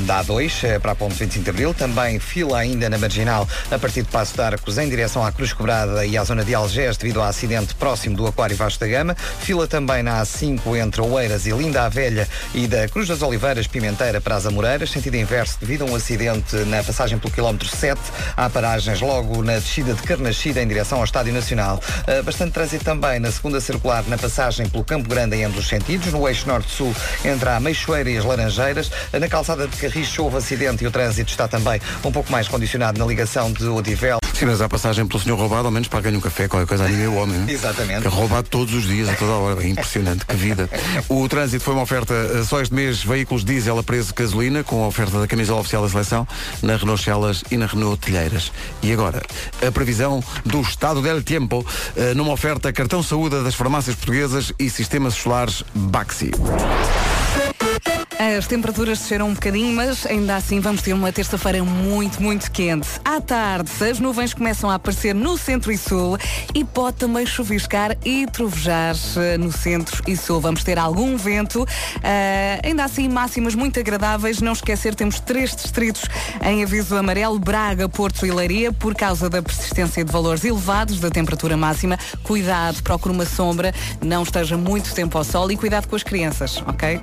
da A2 eh, para a Ponte 25 de Abril. Também fila ainda na Marginal a partir de Passo de Arcos em direção à Cruz Cobrada e à zona de Algés devido ao acidente próximo do Aquário Vasco da Gama. Fila também na A5 entre Oeiras e Linda a Velha e da Cruz das Oliveiras Pimenteira para as Amoreiras, sentido inverso devido a um acidente na passagem pelo quilómetro 7. Há paragens logo na descida de Carnaxida em direção ao Estádio Nacional. Ah, bastante trânsito também na segunda circular na passagem pelo Campo Grande em ambos os sentidos. No eixo norte-sul entre a Meixoeira e as Laranjeiras. Ah, na calçada de Carricho houve acidente e o trânsito está também um pouco mais condicionado na ligação de Odivel. Sim, mas há passagem pelo senhor roubado, ao menos paga-lhe um café, qualquer coisa, anime o homem. não é? Exatamente. Que É roubado todos os dias, a toda hora. É impressionante, que vida. O trânsito foi uma oferta, eh, só este mês, veículos diesel a preço de gasolina, com a oferta da camisola oficial da seleção, na Renault Celas e na Renault Telheiras. E agora, a previsão do estado del tempo, eh, numa oferta cartão saúde das farmácias portuguesas e sistemas solares Baxi. As temperaturas desceram um bocadinho, mas ainda assim vamos ter uma terça-feira muito, muito quente. À tarde, as nuvens começam a aparecer no centro e sul e pode também chuviscar e trovejar eh, no centro e sul. Vamos ter algum vento, eh, ainda assim máximas muito agradáveis. Não esquecer, temos três distritos em aviso amarelo, Braga, Porto e Leiria, por causa da persistência de valores elevados da temperatura máxima. Cuidado, procure uma sombra, não esteja muito tempo ao sol e cuidado com as crianças, ok?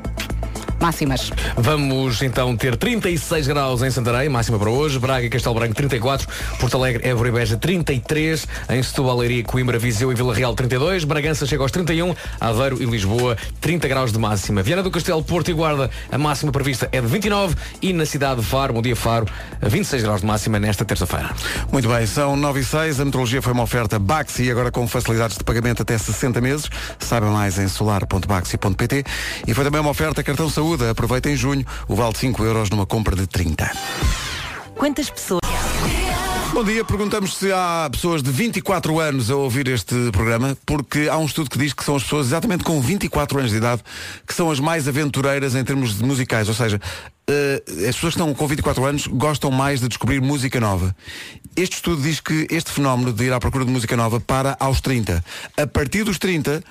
Máximas. É Vamos então ter 36 graus em Santarém, máxima para hoje, Braga e Castelo Branco 34, Porto Alegre, Évora e Beja 33, em Setúbal, Leiria, Coimbra, Viseu e Vila Real 32, Bragança chega aos 31, Aveiro e Lisboa 30 graus de máxima. Viana do Castelo, Porto e Guarda, a máxima prevista é de 29 e na cidade de Faro, bom dia Faro, 26 graus de máxima nesta terça-feira. Muito bem, são 9 e 6, a metrologia foi uma oferta Baxi e agora com facilidades de pagamento até 60 meses. Saiba mais em solar.baxi.pt e foi também uma oferta cartão saúde. Aproveita em junho o vale de 5 euros numa compra de 30. Quantas pessoas. Bom dia, perguntamos se há pessoas de 24 anos a ouvir este programa, porque há um estudo que diz que são as pessoas exatamente com 24 anos de idade que são as mais aventureiras em termos de musicais, ou seja, eh, as pessoas que estão com 24 anos gostam mais de descobrir música nova. Este estudo diz que este fenómeno de ir à procura de música nova para aos 30. A partir dos 30,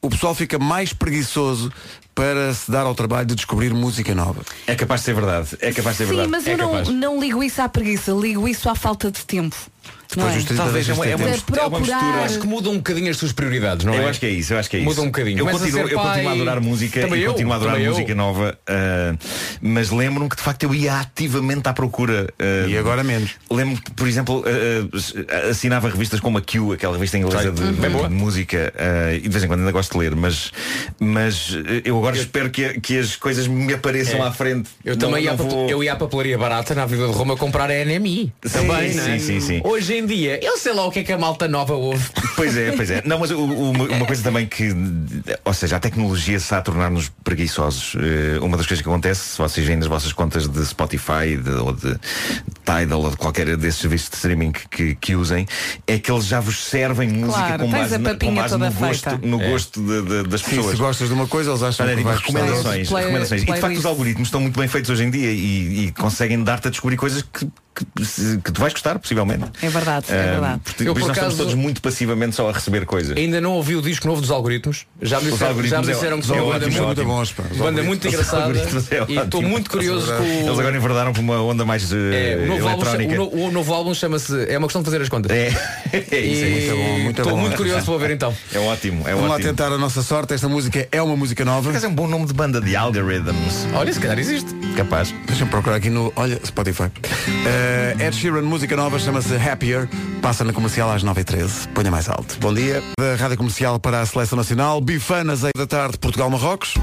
o pessoal fica mais preguiçoso para se dar ao trabalho de descobrir música nova. É capaz de ser verdade. É capaz de ser Sim, verdade. mas é eu não, capaz. não ligo isso à preguiça, ligo isso à falta de tempo. não é? Talvez é uma, é uma Para mistura- é uma mistura. procurar. Acho que muda um bocadinho as suas prioridades, não é? Eu acho que é isso, eu acho que é isso. Muda um bocadinho. Eu Começa a continuo, ser eu pai- continuo a adorar música Também e eu, continuo a adorar também eu. música nova, ah, mas lembro-me que de facto eu ia ativamente à procura. e agora menos. Lembro-me, que, por exemplo, ah, ah, assinava revistas como a Q, aquela revista inglesa de, Uhum. de Bem boa. música, ah, e de vez em quando ainda gosto de ler, mas, mas ah, eu agora espero que, que as coisas me apareçam É. à frente. Eu Não- também ia, não à pape- vou- eu ia à papelaria barata na Avenida de Roma comprar a NMI. também, sim, não é? sim, sim. Hoje em dia, eu sei lá o que é que a malta nova ouve. Pois é, pois é. Não, mas o- o- uma, uma coisa também que. Ou seja, a tecnologia está a tornar-nos preguiçosos. Eh, uma das coisas que acontece, se vocês vêm nas vossas contas de Spotify de- ou de Tidal ou de qualquer desses serviços de streaming que, que- que usem, é que eles já vos servem música Claro, com tens base, a na- com papinha base no toda gosto, feita. no É. gosto de- de- das Sim, pessoas. se gostas de uma coisa, eles acham Olha, que tipo, vais gostar. recomendações, Play- recomendações. E de facto os playlist. algoritmos estão muito bem feitos hoje em dia e, e conseguem dar-te a descobrir coisas que, que, se- que tu vais gostar, possivelmente. É verdade, é Ah, verdade. Porque, Eu, por por isso nós estamos acaso- todos muito passivamente só a receber coisas. Ainda não ouvi o disco novo dos algoritmos. Já me Os disseram, já algoritmos me é- disseram que é são uma ótimo, banda é muito, ótimo. Os banda algoritmos- muito os engraçada. algoritmos é e estou ótimo. muito curioso com o- Eles agora enverdaram para uma onda mais eh, É, o, novo álbum, eletrónica. o, no- o novo álbum chama-se É uma questão de fazer as contas. É, É isso, é muito bom, muito Estou bom. muito curioso para ver então. É ótimo, é Vamos lá ótimo. tentar a nossa sorte. Esta música é uma música nova. Mas é um bom nome de banda de algorithms. Olha, se calhar existe. Capaz. Deixa-me procurar aqui no. Olha, Spotify. Eh, Eh, Ed Sheeran, música nova, chama-se Happier. Passa na comercial às 9h13. Ponha mais alto. Bom dia. Da Rádio Comercial para a Seleção Nacional. Bifanas, aí da tarde, Portugal-Marrocos.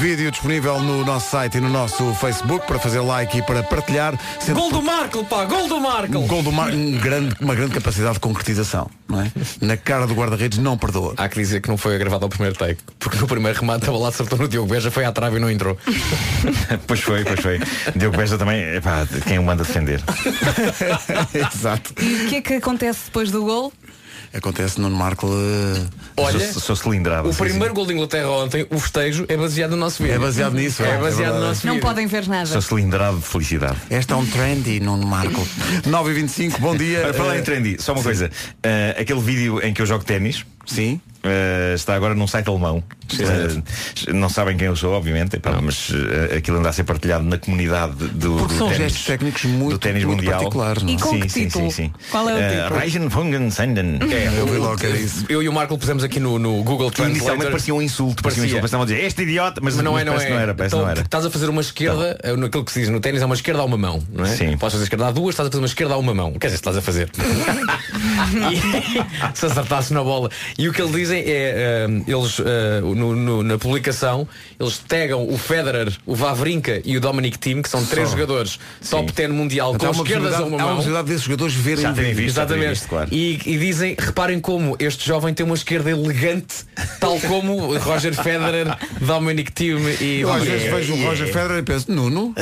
Vídeo disponível no nosso site e no nosso Facebook para fazer like e para partilhar. Gol do Marco, pá! Gol do Marco! Gol do Marco, uma grande capacidade de concretização, não é? Na cara do guarda-redes não perdoa. Há que dizer que não foi gravado ao primeiro take, porque no primeiro remate a bola acertou no Diogo Beja, foi à trave e não entrou. Pois foi, pois foi. Diogo Beja também, epá, quem o manda defender. Exato. E o que é que acontece depois do gol? é? Acontece Nuno Marco. eh, Olha, sou- sou- Sou cilindrado. O sim, primeiro gol da Inglaterra ontem, o festejo, é baseado no nosso vídeo. É baseado nisso, é. é, é baseado no verdade. nosso Não vídeo. podem ver nada. cilindrado de felicidade. Este é um trendy, Nuno Marco. 9h25, bom dia. Para falar em Eh, trendy, só uma sim. coisa. Eh, aquele vídeo em que eu jogo ténis. eh, Sim. está agora num site alemão. Eh, não sabem quem eu sou, obviamente, epá, mas eh, aquilo anda a ser partilhado na comunidade do, Porque do são ténis. gestos técnicos muito, do ténis muito mundial. particulares. Não? é? E com Sim, que sim, título? sim, sim. Qual é o Eh, título? Reichenfungen Senden. É, Eu eu, vi logo que era eu, e o Marco pusemos aqui no, no Google Translator. Inicialmente parecia um insulto, parecia um insulto, parece que estavam a dizer, "Este idiota", mas- mas parece que não era, parece que então, não era. Tá. Estás a fazer uma esquerda, eh, naquilo que se diz no ténis, é uma esquerda a uma mão, não é? Sim. Podes fazer esquerda a duas, estás a fazer uma esquerda a uma mão. Quer dizer, estás a fazer. E- se acertasse na bola. E o que eles dizem é, eh, eles, eh, no- no- na publicação, eles tagam o Federer, o Vavrinka e o Dominic Thiem, que são três Só. jogadores top 10 mundial, Então há com uma esquerdas a possibilidade- uma há uma mão. possibilidade um desses jogadores verem o vídeo. Exatamente. claro. E, e dizem, reparem como este jovem tem uma esquerda elegante, tal como Roger Federer, Dominic Thiem e Eu às vezes vejo o Roger Federer e penso, Nuno,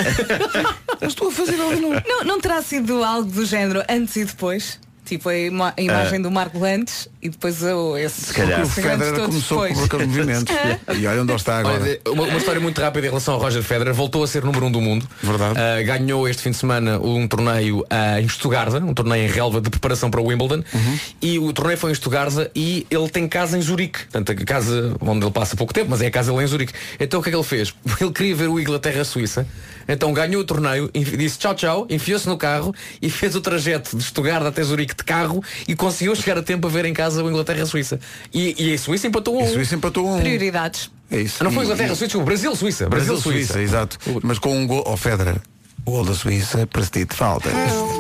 estou a fazer algo novo. Não, não terá sido algo do género antes e depois? Tipo a, ima- a imagem Ah. do Marco antes e depois oh, esse Se calhar. esses O grandes Federer todos começou depois. com aquele movimento. E olha onde ele está agora. Olha, Uma, uma história muito rápida em relação ao Roger Federer. Voltou a ser número um do mundo. Verdade. ganhou este fim de semana um torneio ah, em Estugarda, um torneio em relva de preparação para o Wimbledon. Uhum. E o torneio foi em Estugarda e ele tem casa em Zurique. Portanto, a casa onde ele passa pouco tempo, mas é a casa dele em Zurique. Então o que é que ele fez? Ele queria ver o Inglaterra-Suíça. Então ganhou o torneio, enfi- disse tchau tchau, enfiou-se no carro e fez o trajeto de Estugarda até Zurique de carro e conseguiu chegar a tempo a ver em casa o Inglaterra-Suíça. E, e a Suíça empatou um. E a Suíça empatou um. Prioridades. É isso. Não foi E- Inglaterra, Suíça, desculpa, Brasil, Suíça. Brasil, Suíça. exato. Mas com um gol ao Federer. O gol da Suíça para se de falta.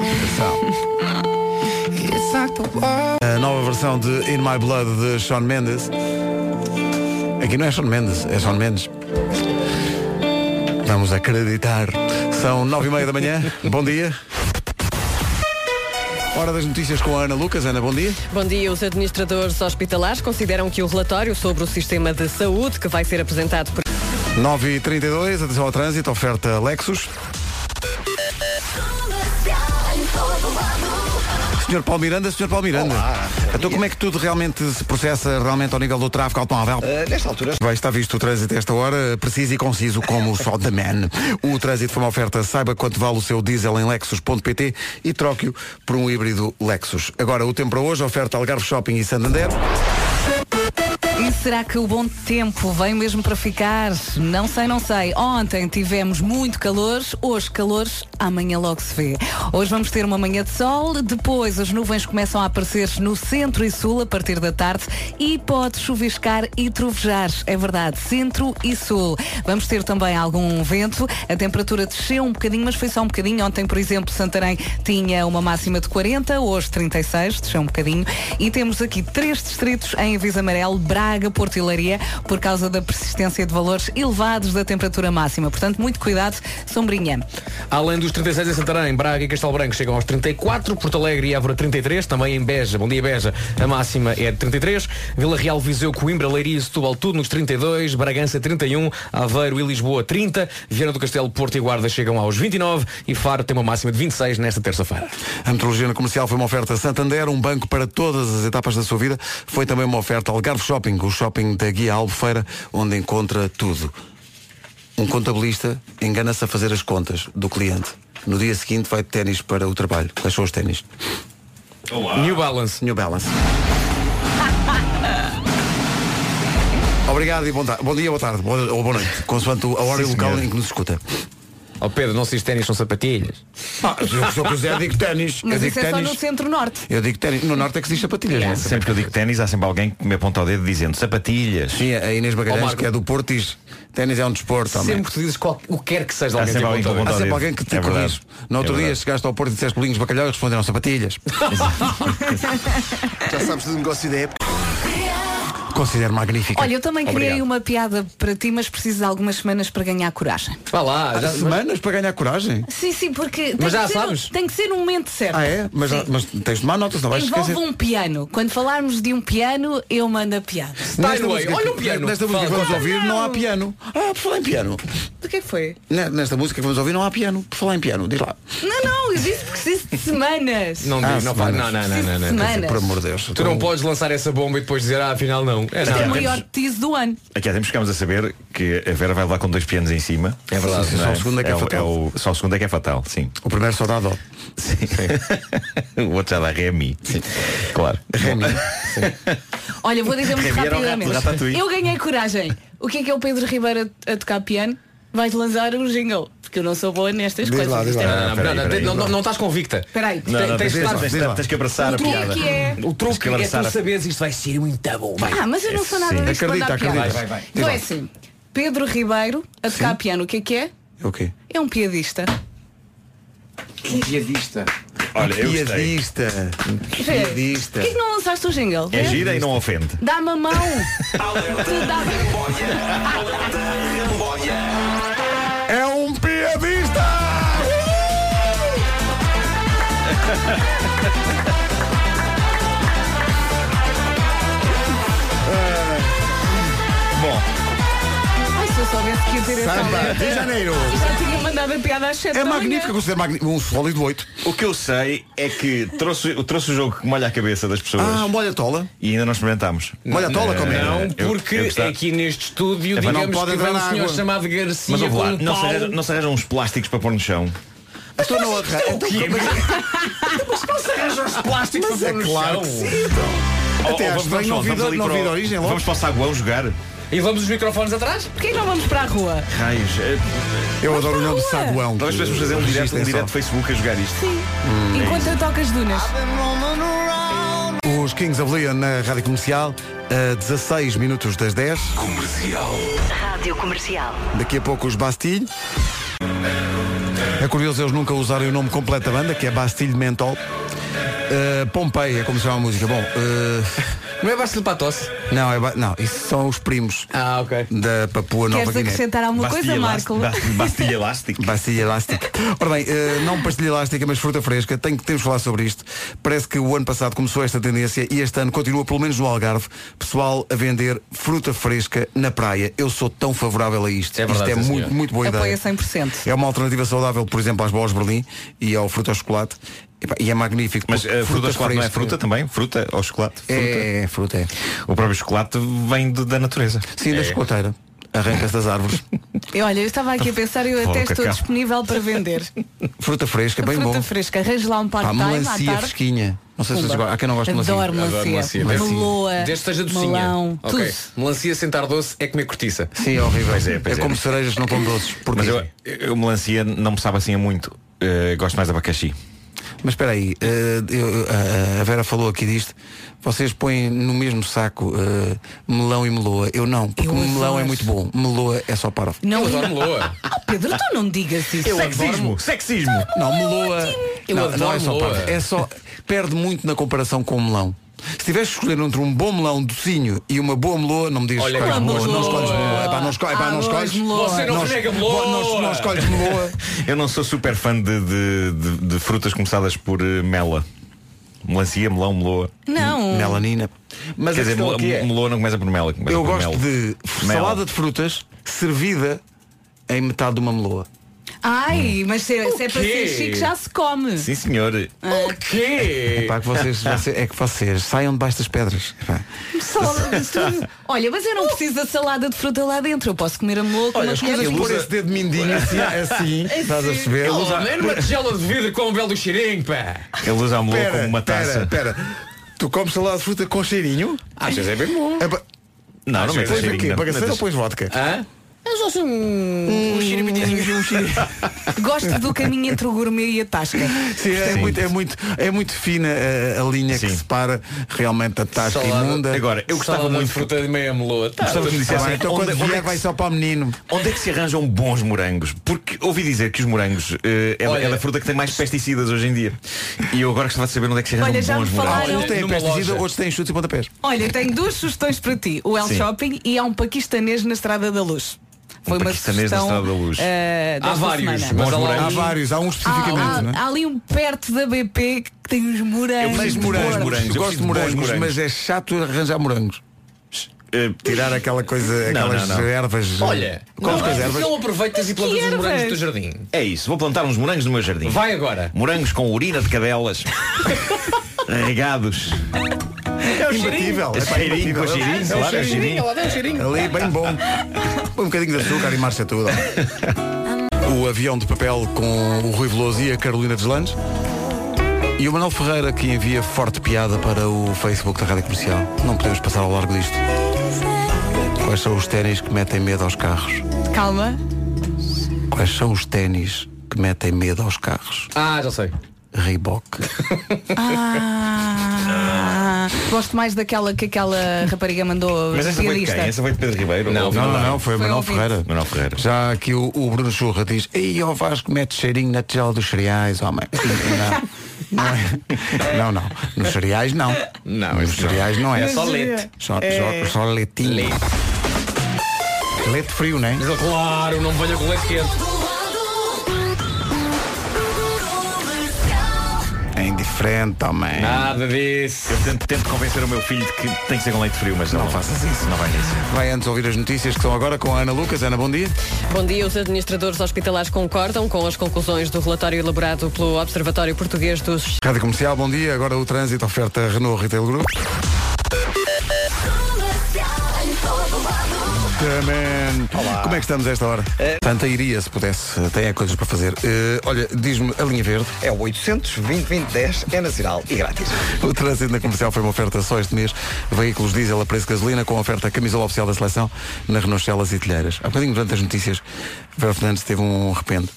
Atenção. A nova versão de In My Blood de Sean Mendes. Aqui não é Sean Mendes, é Sean Mendes. Vamos acreditar. São nove e meia da manhã. Bom dia. Hora das notícias com a Ana Lucas. Ana, bom dia. Bom dia. Os administradores hospitalares consideram que o relatório sobre o sistema de saúde que vai ser apresentado por 9 e 32 atenção ao trânsito, oferta Lexus. Senhor Paulo Miranda, Senhor Paulo Miranda. então como é que tudo realmente se processa realmente ao nível do tráfego automóvel? Ah, nesta altura. Bem, está visto o trânsito a esta hora, preciso e conciso como o sol da man. O trânsito foi uma oferta, saiba quanto vale o seu diesel em lexus.pt e troque-o por um híbrido Lexus. Agora, o tempo para hoje, oferta Algarve Shopping e Santander. E será que o bom tempo vem mesmo para ficar? Não sei, não sei. Ontem tivemos muito calor, hoje calor, amanhã logo se vê. Hoje vamos ter uma manhã de sol, depois as nuvens começam a aparecer no centro e sul a partir da tarde e pode chuviscar e trovejar. É verdade, centro e sul. Vamos ter também algum vento, a temperatura desceu um bocadinho, mas foi só um bocadinho. Ontem, por exemplo, Santarém tinha uma máxima de 40, hoje 36, desceu um bocadinho. E temos aqui três distritos em aviso amarelo, Braga, Porto e Leiria, por causa da persistência de valores elevados da temperatura máxima. Portanto, muito cuidado, sombrinha. Além dos 36 em Santarém, Braga e Castelo Branco chegam aos 34, Porto Alegre e Évora 33, também em Beja, bom dia Beja, a máxima é de 33, Vila Real, Viseu, Coimbra, Leiria e Setúbal, tudo nos 32, Bragança 31, Aveiro e Lisboa 30, Viana do Castelo, Porto e Guarda chegam aos 29 e Faro tem uma máxima de 26 nesta terça-feira. A metrologia na comercial foi uma oferta Santander, um banco para todas as etapas da sua vida. Foi também uma oferta Algarve Shopping, o shopping da Guia Albufeira, onde encontra tudo. Um contabilista engana-se a fazer as contas do cliente. No dia seguinte vai de ténis para o trabalho. Quais são os ténis? New Balance. New Balance. Obrigado e bom, ta- bom dia, boa tarde, boa- ou boa noite, consoante a hora e o Sim, local senhor. em que nos escuta. Oh Pedro, não se diz ténis, são sapatilhas. Ah, se eu- se eu quiser, digo ténis. Mas eu isso digo é só no ténis. centro-norte. Eu digo ténis. No norte é que se diz sapatilhas, não é? Sempre que eu digo ténis, há sempre alguém que me aponta ao dedo dizendo sapatilhas. Sim, a Inês Ó, Magalhães, Marco. que é do Porto, diz ténis é um desporto. homem. Sempre que tu dizes qual- o que quer que seja, Há alguém tipo te sempre alguém que, aponta o dedo. há sempre alguém que te corrige. No outro dia chegaste ao Porto e disseste bolinhos de bacalhau e responderam sapatilhas. Já sabes do negócio da época. Considero magnífica. Olha, eu também criei Obrigado. uma piada para ti, mas preciso de algumas semanas para ganhar coragem. Vá lá, Há já semanas para ganhar coragem. Sim, sim, porque tem, Mas já que ser, um- sabes. tem que ser no momento certo. Ah, é? Mas, Sim. mas tens de tomar notas, não vais Envolve esquecer. um piano. Quando falarmos de um piano, eu mando a piada. Nesta música um que- Nesta música que vamos ouvir não há piano. Ah, por falar em piano. Do que é que foi? Ne- Nesta música que vamos ouvir não há piano. Por falar em piano, diz lá. Não, não, eu disse que preciso de semanas. Não diz, não faz. Não, não, semanas. não, não, não. Semanas. Por amor de Deus. Tu não podes lançar essa bomba e depois dizer, ah, afinal não. É Isto é nada. o maior tease do ano. Aqui há tempo chegámos a saber que a Vera vai levar com dois pianos em cima. É verdade. Não Só o segundo é que é o- fatal. o- só o segundo é que é fatal, sim. O primeiro só dá dó. Sim. o outro já dá Remy. Sim. Claro. Remy. Olha, vou dizer muito Ribeiro ao rapidamente. rato- Ratatouille. Eu ganhei coragem. O que é que é o Pedro Ribeiro a, a tocar piano? Vais lançar um jingle. Porque eu não sou boa nestas Diz coisas. lá, diz lá. Ah, Isto é- Não, não, Peraí, não, peraí. não, não, não estás convicta. Peraí. Não, não, tens, Tens- tens- tens- tens- tens que abraçar O a truque piada. é- O Tens truque que é tu abraçar a- saber isto vai ser muito bom. Vai. Ah, mas eu não sou nada Sim. deste para dar piadas. Vai, vai, vai. Então é assim. Pedro Ribeiro a tocar piano. O que é que é? O quê? É um piadista. Um piadista. Olha, eu gostei. piadista. Vê, Porquê que não lançaste o jingle? É Vê? gira e não ofende. Dá-me a mão. tu dá É um piadista! Bom, Ai, se eu soubesse que ia ter essa Samba alerta, de Janeiro. Já tinha mandado a piada às sete É da manhã. magnífica, considero magnífico. Um sólido 8. o que eu sei é que trouxe, trouxe o jogo que molha a cabeça das pessoas Ah, molha tola. e ainda não experimentámos. Molha tola, como é? Eh, Não, eu- porque eu gostava- aqui neste estúdio, É, mas não digamos pode que entrar vem um na senhor água. chamado Mas Garcia ouve com lá, um não se, pau. arranjam, não se arranjam uns plásticos para pôr no chão. Estou não arranjo. plásticos Então, Mas é claro que sim. então. Até acho bem, não vi ali não para vi o- de origem logo. Vamos para o saguão jogar. é E vamos os microfones atrás? Porquê que não vamos para a rua? Raios. eh, Eu adoro o nome de saguão. Nós podemos fazer um direto, um Registrem só. direto Facebook a jogar isto. Sim. Hum. Enquanto eu toco as dunas. Os Kings of Leon na Rádio Comercial, a 16 minutos das 10. Rádio Comercial. Daqui a pouco os Bastille. É curioso eles nunca usarem o nome completo da banda, que é Bastille de Mentol. Uh, Pompeia, como se chama a música. Bom, uh, Não é bastante para a tosse? não, é, ba- não, isso são os primos Ah, ok. da Papua Nova Queres Guiné. acrescentar alguma coisa, Marco? Bastilha elástica. Pastilha elástica. Ora bem, eh, não pastilha elástica, mas fruta fresca. Tenho, temos de falar sobre isto. Parece que o ano passado começou esta tendência e este ano continua, pelo menos no Algarve, pessoal a vender fruta fresca na praia. Eu sou tão favorável a isto. É verdade, isto é sim, muito, senhor. muito boa Apoia ideia. 100%. É uma alternativa saudável, por exemplo, às bolas de Berlim e ao fruta ao chocolate. Epá, E é magnífico. Mas porque eh, fruta fruta ao chocolate não é fresca- fruta também? Fruta ou chocolate? Fruta. É, é, fruta é. O próprio chocolate vem de- da natureza. Sim, da É. chocolateira. Arranca-se das árvores. Eu, olha, eu estava aqui a pensar, eu Fora até o estou cacau. disponível para vender. Fruta fresca, bem Fruta bom. fresca, arranjo lá um Pá, part-time à melancia tarde. fresquinha. Não sei se vocês Pumba. gostam. Há quem não gosta de melancia. Adoro melancia. é melancia. Meloa. Desde que esteja docinha. É. melão. Ok. Tudo. Melancia sentar doce é comer cortiça. Sim, é horrível. Pois é, pois é. como cerejas não como doces. Porque Mas eu, eu melancia não me sabe assim a muito. Eh, gosto mais de abacaxi. Mas espera aí, eh, eu- a- a Vera falou aqui disto. Vocês põem no mesmo saco eh, melão e meloa. Eu não, porque Eu melão adoro. é muito bom. Meloa é só para. Não, Eu adoro meloa. Ah, Pedro, tu não digas isso. Sexismo! Sexismo! Não, meloa. Eu não, adoro não é só meloa. parvo. É só. Perde muito na comparação com o melão. Se tivesse que escolher entre um bom melão docinho e uma boa meloa, não me diz Olha, escolhes que meloa, não meloa. escolhes meloa. Epá, não esco- epá, não Ah, escolhes boas meloas. Você não Não- renega não- meloa. não escolhes meloa. Eu não sou super fã de, de- de- de frutas começadas por eh, mela. Melancia, melão, meloa. Não. Melanina. Mas Quer a dizer, questão mel- aqui é- meloa não começa por mela. começa Eu por gosto mel. de Mel. salada de frutas servida em metade de uma meloa. Ai, mas se, se é para quê? ser chique já se come. Sim, senhor. O quê? Pá, que vocês, vocês- é que vocês saiam debaixo das pedras. Pá. Salada de tudo. Olha, mas eu não preciso da salada de fruta lá dentro. Eu posso comer a meloa com uma colher de É Por esse dedo mindinho assim, assim estás a perceber? Oh, nem numa tigela de vidro com um belo cheirinho, pá. Ele usa a um meloa como uma taça. pera. Tu comes salada de fruta com cheirinho? Às vezes é bem bom. É ba- Não, não Às metas vezes é Pões o cheirinho. quê? não Bagaceira ou metas- pões vodka? Hã? Um mexerica. Gosto do caminho entre o gourmet e a tasca. Sim, é, Sim. Muito, é, muito, é muito fina eh, a, linha que separa realmente a tasca Salada. imunda. Agora, eu gostava Salada de muito- fruta de meia melô. Tá, Gostava que me dissessem, então quando é vier vai só para o menino. Onde é que se arranjam bons morangos? Porque ouvi dizer que os morangos eh, é, da- Olha- é da fruta que tem mais pesticidas hoje em dia. E eu agora gostava de saber onde é que se arranjam Olha, já bons me morangos. falaram- Uns têm Numa pesticida, loja. outros têm chutes e pontapés. Olha, tenho duas sugestões para ti. O El Sim. Um Shopping e há um paquistanês na Estrada da Luz. Foi uma paquistanês na sugestão, Estrada da Luz. eh, desta semana. Bons morangos. Há vários, há um especificamente, Há, há- não é? há ali um perto da BP que tem uns morangos. Mas morangos, gordos. eu gosto de morangos, bons morangos. mas é chato arranjar morangos. Tirar aquela coisa, Não, aquelas não, não. ervas. eh, Olha, quais não, as ervas? não aproveitas e plantas os morangos do teu jardim. É isso, vou plantar uns morangos no meu jardim. Vai agora. Morangos com urina de cadelas. regados. É o imbatível. É pá, cheirinho, imbatível. com cheirinho, claro, é cheirinho. lá deu um cheirinho. Ali, bem bom. Põe um bocadinho de açúcar e marcha tudo. O avião de papel com o Rui Veloso e a Carolina Deslandes. E o Manuel Ferreira que envia forte piada para o Facebook da Rádio Comercial. Não podemos passar ao largo disto. Quais são os ténis que metem medo aos carros? Calma. Quais são os ténis que metem medo aos carros? Ah, já sei. Reebok. Ah, gosto mais daquela que aquela rapariga mandou Mas essa foi de piadista. quem? Essa Foi de Pedro Ribeiro. Não, Ou- um não, não, foi, Foi Manuel ouvinte. Ferreira. Manuel Ferreira. Já aqui o, o Bruno Churra diz, ei, ó Vasco, mete cheirinho na tigela dos cereais, homem. Não, não, é. não, não. Nos cereais não. Não, Nos cereais não é. É só leite. Só, É. só, só leitinho. Leite. frio, né? Mas ele, claro, não venha com leite quente. É indiferente, homem. Nada disso. Eu tento, tento convencer o meu filho de que tem que ser com leite frio, mas não, assim. faças isso. Não vai nisso. Vai antes ouvir as notícias que são agora com a Ana Lucas. Ana, bom dia. Bom dia. Os administradores hospitalares concordam com as conclusões do relatório elaborado pelo Observatório Português dos Rádio Comercial, bom dia. Agora o trânsito oferta Renault Retail Group. Também. Como é que estamos a esta hora? Tanta iria se pudesse. Tem é coisas para fazer. Eh, olha, diz-me a linha verde. É o 800 2010 é nacional e grátis. O trânsito na comercial foi uma oferta só este mês. Veículos diesel a preço de gasolina com oferta camisola oficial da seleção na Renault Celas e Telheiras. Há bocadinho durante as notícias, Vera Fernandes teve um repente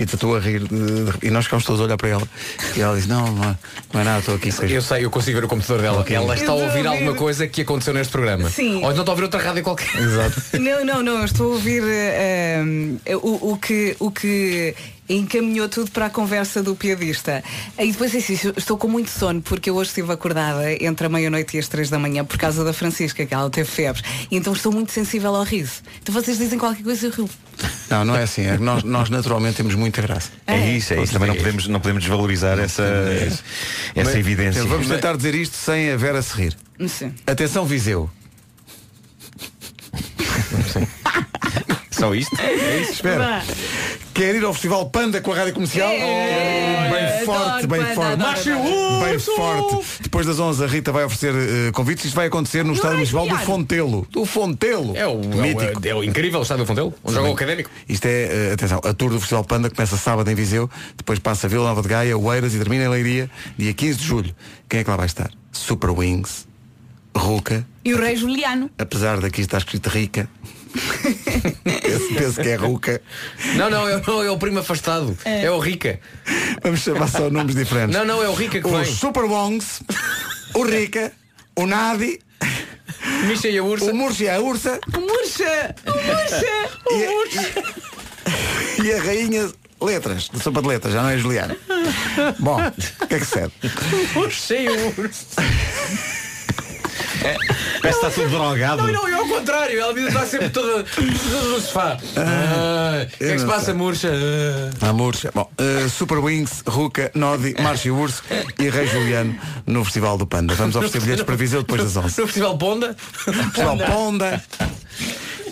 e estou a rir. eh, E nós ficámos todos a olhar para ela. E ela disse: Não, não é- não é nada, estou aqui. Eu sei, eu consigo ver o computador dela. Ela está a Eu ouvir estou a ouvir. alguma coisa que aconteceu neste programa. Sim. Ou então está a ouvir outra rádio qualquer. Exato. Não, não, não, eu estou a ouvir eh, eh, o, o que, o que encaminhou tudo para a conversa do piadista. E depois é assim, estou com muito sono porque eu hoje estive acordada entre a meia-noite e as três da manhã por causa da Francisca, que ela teve febres. E então estou muito sensível ao riso. Então vocês dizem qualquer coisa e eu rio. Não, não é assim. É que nós, nós naturalmente temos muita graça. É isso, é isso. Também não podemos, não podemos desvalorizar essa, essa Mas, evidência. então, Vamos tentar dizer isto sem a Vera se rir. Não sei. Atenção, Viseu. Só isto? É isso, espera. Vá. Quer ir ao Festival Panda com a Rádio Comercial? Oh, É, bem adoro forte, bem Panda, forte. adoro, Macho adoro. Bem forte. Depois das 11, a Rita vai oferecer eh, convites. Isto vai acontecer no Estádio Municipal do piar. Fontelo. Do Fontelo. É o, Mítico. É o, é o incrível estádio do Fontelo, Um Um onde joga o académico. Isto é, eh, atenção, a tour do Festival Panda começa sábado em Viseu, depois passa a Vila Nova de Gaia, Oeiras e termina em Leiria, dia 15 de julho. Quem é que lá vai estar? Super Wings, Ruca, E o rei Juliano. apesar daqui estar escrito Rica. Penso- Penso que é Ruca. Não, não, é, o- é o primo afastado. É, o Rica. Vamos chamar só nomes diferentes. Não, não, é o Rica que Os vem. Super Wongs, o Rica, o Nadi. Misha e a Ursa. O Murcha e a Ursa. O Murcha! O Murcha! O Murcha! E a rainha letras, de sopa de letras, já não é Juliana. Bom, o que é que serve? Cheio urso. Parece que está tudo drogado. Não, não, é ao contrário. Ela diz está sempre toda, toda no sofá. Ah, O que é que se não passa, murcha? Ah. A Murcha. Bom, eh, Super Wings, Ruca, Nodi, Márcio e Urso e Rei Juliano no Festival do Panda. Vamos oferecer bilhetes para Viseu depois das 11. No Festival Ponda? Festival Ponda.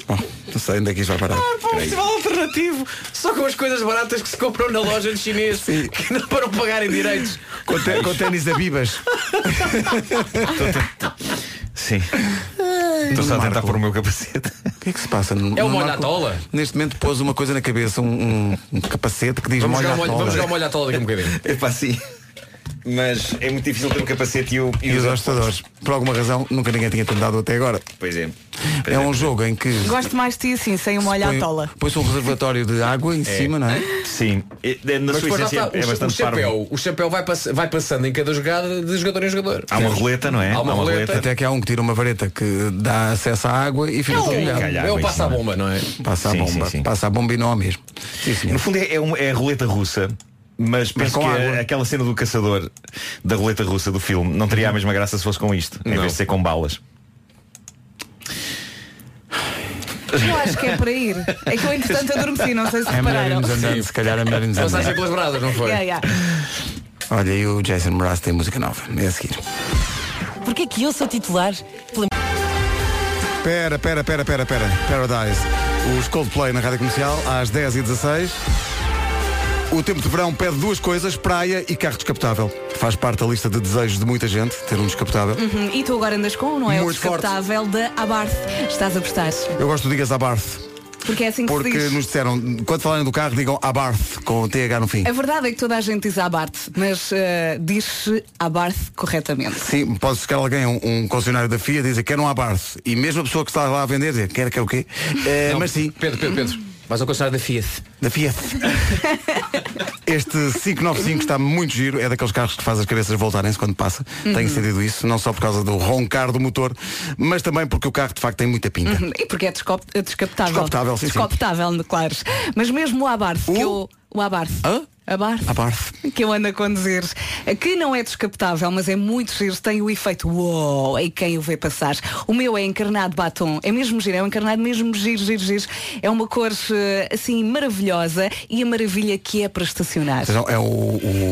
Bom, não sei onde é que isto vai parar. Pá, um festival alternativo, só com as coisas baratas que se compram na loja de chinês que não para não pagarem direitos. Com, te- com ténis a bibas. Sim. Estou só a tentar pôr o meu capacete. O que é que se passa? É o Nuno molho à Marco, tola? Neste momento pôs uma coisa na cabeça, um, um- um capacete que diz Vamos molho jogar à molho- tola. vamos jogar molho à tola daqui a um bocadinho. É pá, sim. mas é muito difícil ter o capacete e, o, E os assustadores. Por alguma razão, nunca ninguém tinha tentado até agora. Pois é. É um jogo em que Gosto mais de ti assim, sem uma põe- olhatola. põe-se um reservatório de água em cima, não é? Sim. Na é Mas Mas depois depois lá lá está, o, está, o- o chapéu- chapéu, vai, passando em cada jogada de jogador em jogador. Há uma roleta, não é? Há uma, roleta. Até que há um que tira uma vareta que dá acesso à água e fica É um- todo molhado. calhar, É um passa-bomba, não é? Passa a Sim, bomba. sim, sim. Passa a bomba e não ao mesmo. no fundo é, é, um- é a roleta russa. Mas penso com que água. a- aquela cena do caçador da roleta russa do filme não teria a mesma graça se fosse com isto, em Não. vez de ser com balas. Eu acho que é para ir. É que eu entretanto adormeci, não sei se É melhor repararam. irmos andando, se calhar é melhor irmos Passaste andando. pelas bradas, não foi? Yeah, yeah. Olha, e o Jason Mraz tem música nova. É a seguir. Porquê que eu sou titular? Pela... Pera, pera, pera, pera, pera. Paradise. Os Coldplay na Rádio Comercial, às 10h16. O tempo de verão pede duas coisas, praia e carro descapotável. Faz parte da lista de desejos de muita gente, ter um descapotável. Uhum. E tu agora andas com, não é? Muito o forte. descartável da Abarth. Estás a prestar. Eu gosto de digas à Barth, Porque é assim que se porque diz. nos disseram, quando falarem do carro, digam à Barth, com TH no fim. A verdade é que toda a gente diz Abarth, mas eh, diz-se Abarth corretamente. Sim, pode chegar alguém, um, um concessionário da FIA, dizer quero um Abarth. E mesmo a pessoa que está lá a vender, dizer quer, quer o quê? Eh, mas sim. Pedro, Pedro, Pedro. Mas ao contrário um da Fiat. Da Fiat. Este 595 está muito giro, é daqueles carros que faz as cabeças voltarem-se quando passa. Uhum. Tenho sentido isso, não só por causa do roncar do motor, mas também porque o carro de facto tem muita pinta. Uhum. E porque é descop- eh, descapotável. Descapotável, sim, sim. Descapotável, claro. Mas mesmo o Abarth, que eu. O Abarth. Hã? Abarth. Abarth. Que eu ando a conduzir. Que não é descapotável, mas é muito giro. Tem o efeito uou, e quem o vê passar. O meu é encarnado batom. É mesmo giro, é um encarnado mesmo giro, giro, giro. É uma cor eh, assim maravilhosa e a maravilha que é para estacionar. Atenção, é o,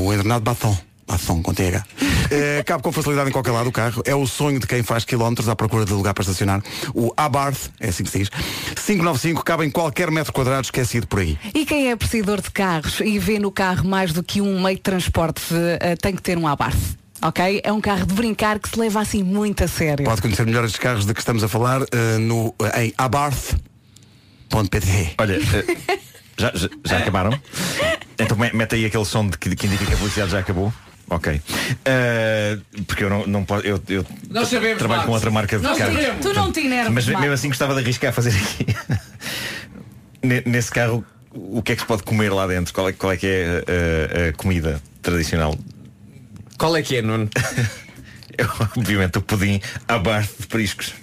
o Edernado Baton. Baton com TH. Eh, cabe com facilidade em qualquer lado o carro. É o sonho de quem faz quilómetros à procura de lugar para estacionar. O Abarth, é assim que se diz. 595 cabe em qualquer metro quadrado esquecido por aí. E quem é apreciador de carros e vê no carro mais do que um meio de transporte eh, tem que ter um abarth. Ok? É um carro de brincar que se leva assim muito a sério. Pode conhecer melhor os carros de que estamos a falar eh, no, em abarth.pt. Olha, eh, já, já- já acabaram? Então me- mete aí aquele som de que, que indica que a publicidade já acabou. Ok. Eh, porque eu não, não posso. Eu, eu Nós sabemos, trabalho Marcos. com outra marca de Nós carros. sabemos. Tu não te enerves, Mas mesmo Marcos. assim gostava de arriscar fazer aqui. Ne- Nesse carro, o que é que se pode comer lá dentro? Qual é, qual é que é eh, a comida tradicional? Qual é que é, Nuno? É, Obviamente o pudim à base de periscos.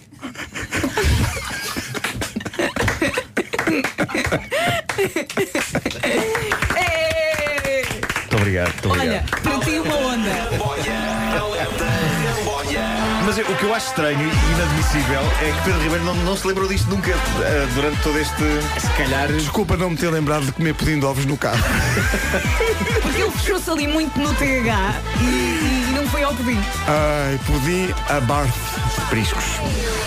Muito obrigado, muito obrigado. Olha, para ti uma onda. Mas eu- o que eu acho estranho e inadmissível é que Pedro Ribeiro não, não se lembrou disto nunca eh, durante todo este. Se calhar. Desculpa não me ter lembrado de comer pudim de ovos no carro. Porque ele fechou-se ali muito no TH e, e não foi ao pedido. Ai, pudim a barf priscos.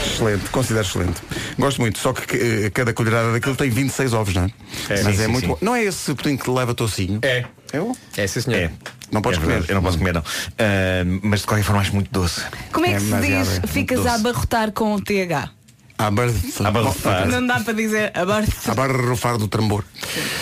Excelente, considero excelente. Gosto muito, só que eh, cada colherada daquilo tem 26 ovos, não é? É, Mas sim, sim, é muito sim. bom. Não é esse pudim que leva tocinho? É. Eu? É, sim, senhor. É Não podes comer. Eu não posso comer, não. Eh, mas de qualquer forma acho muito doce. Como é que se diz ficas a abarrotar com o TH? Abarrufar. Não dá para dizer abarth. Abarrufar do tambor.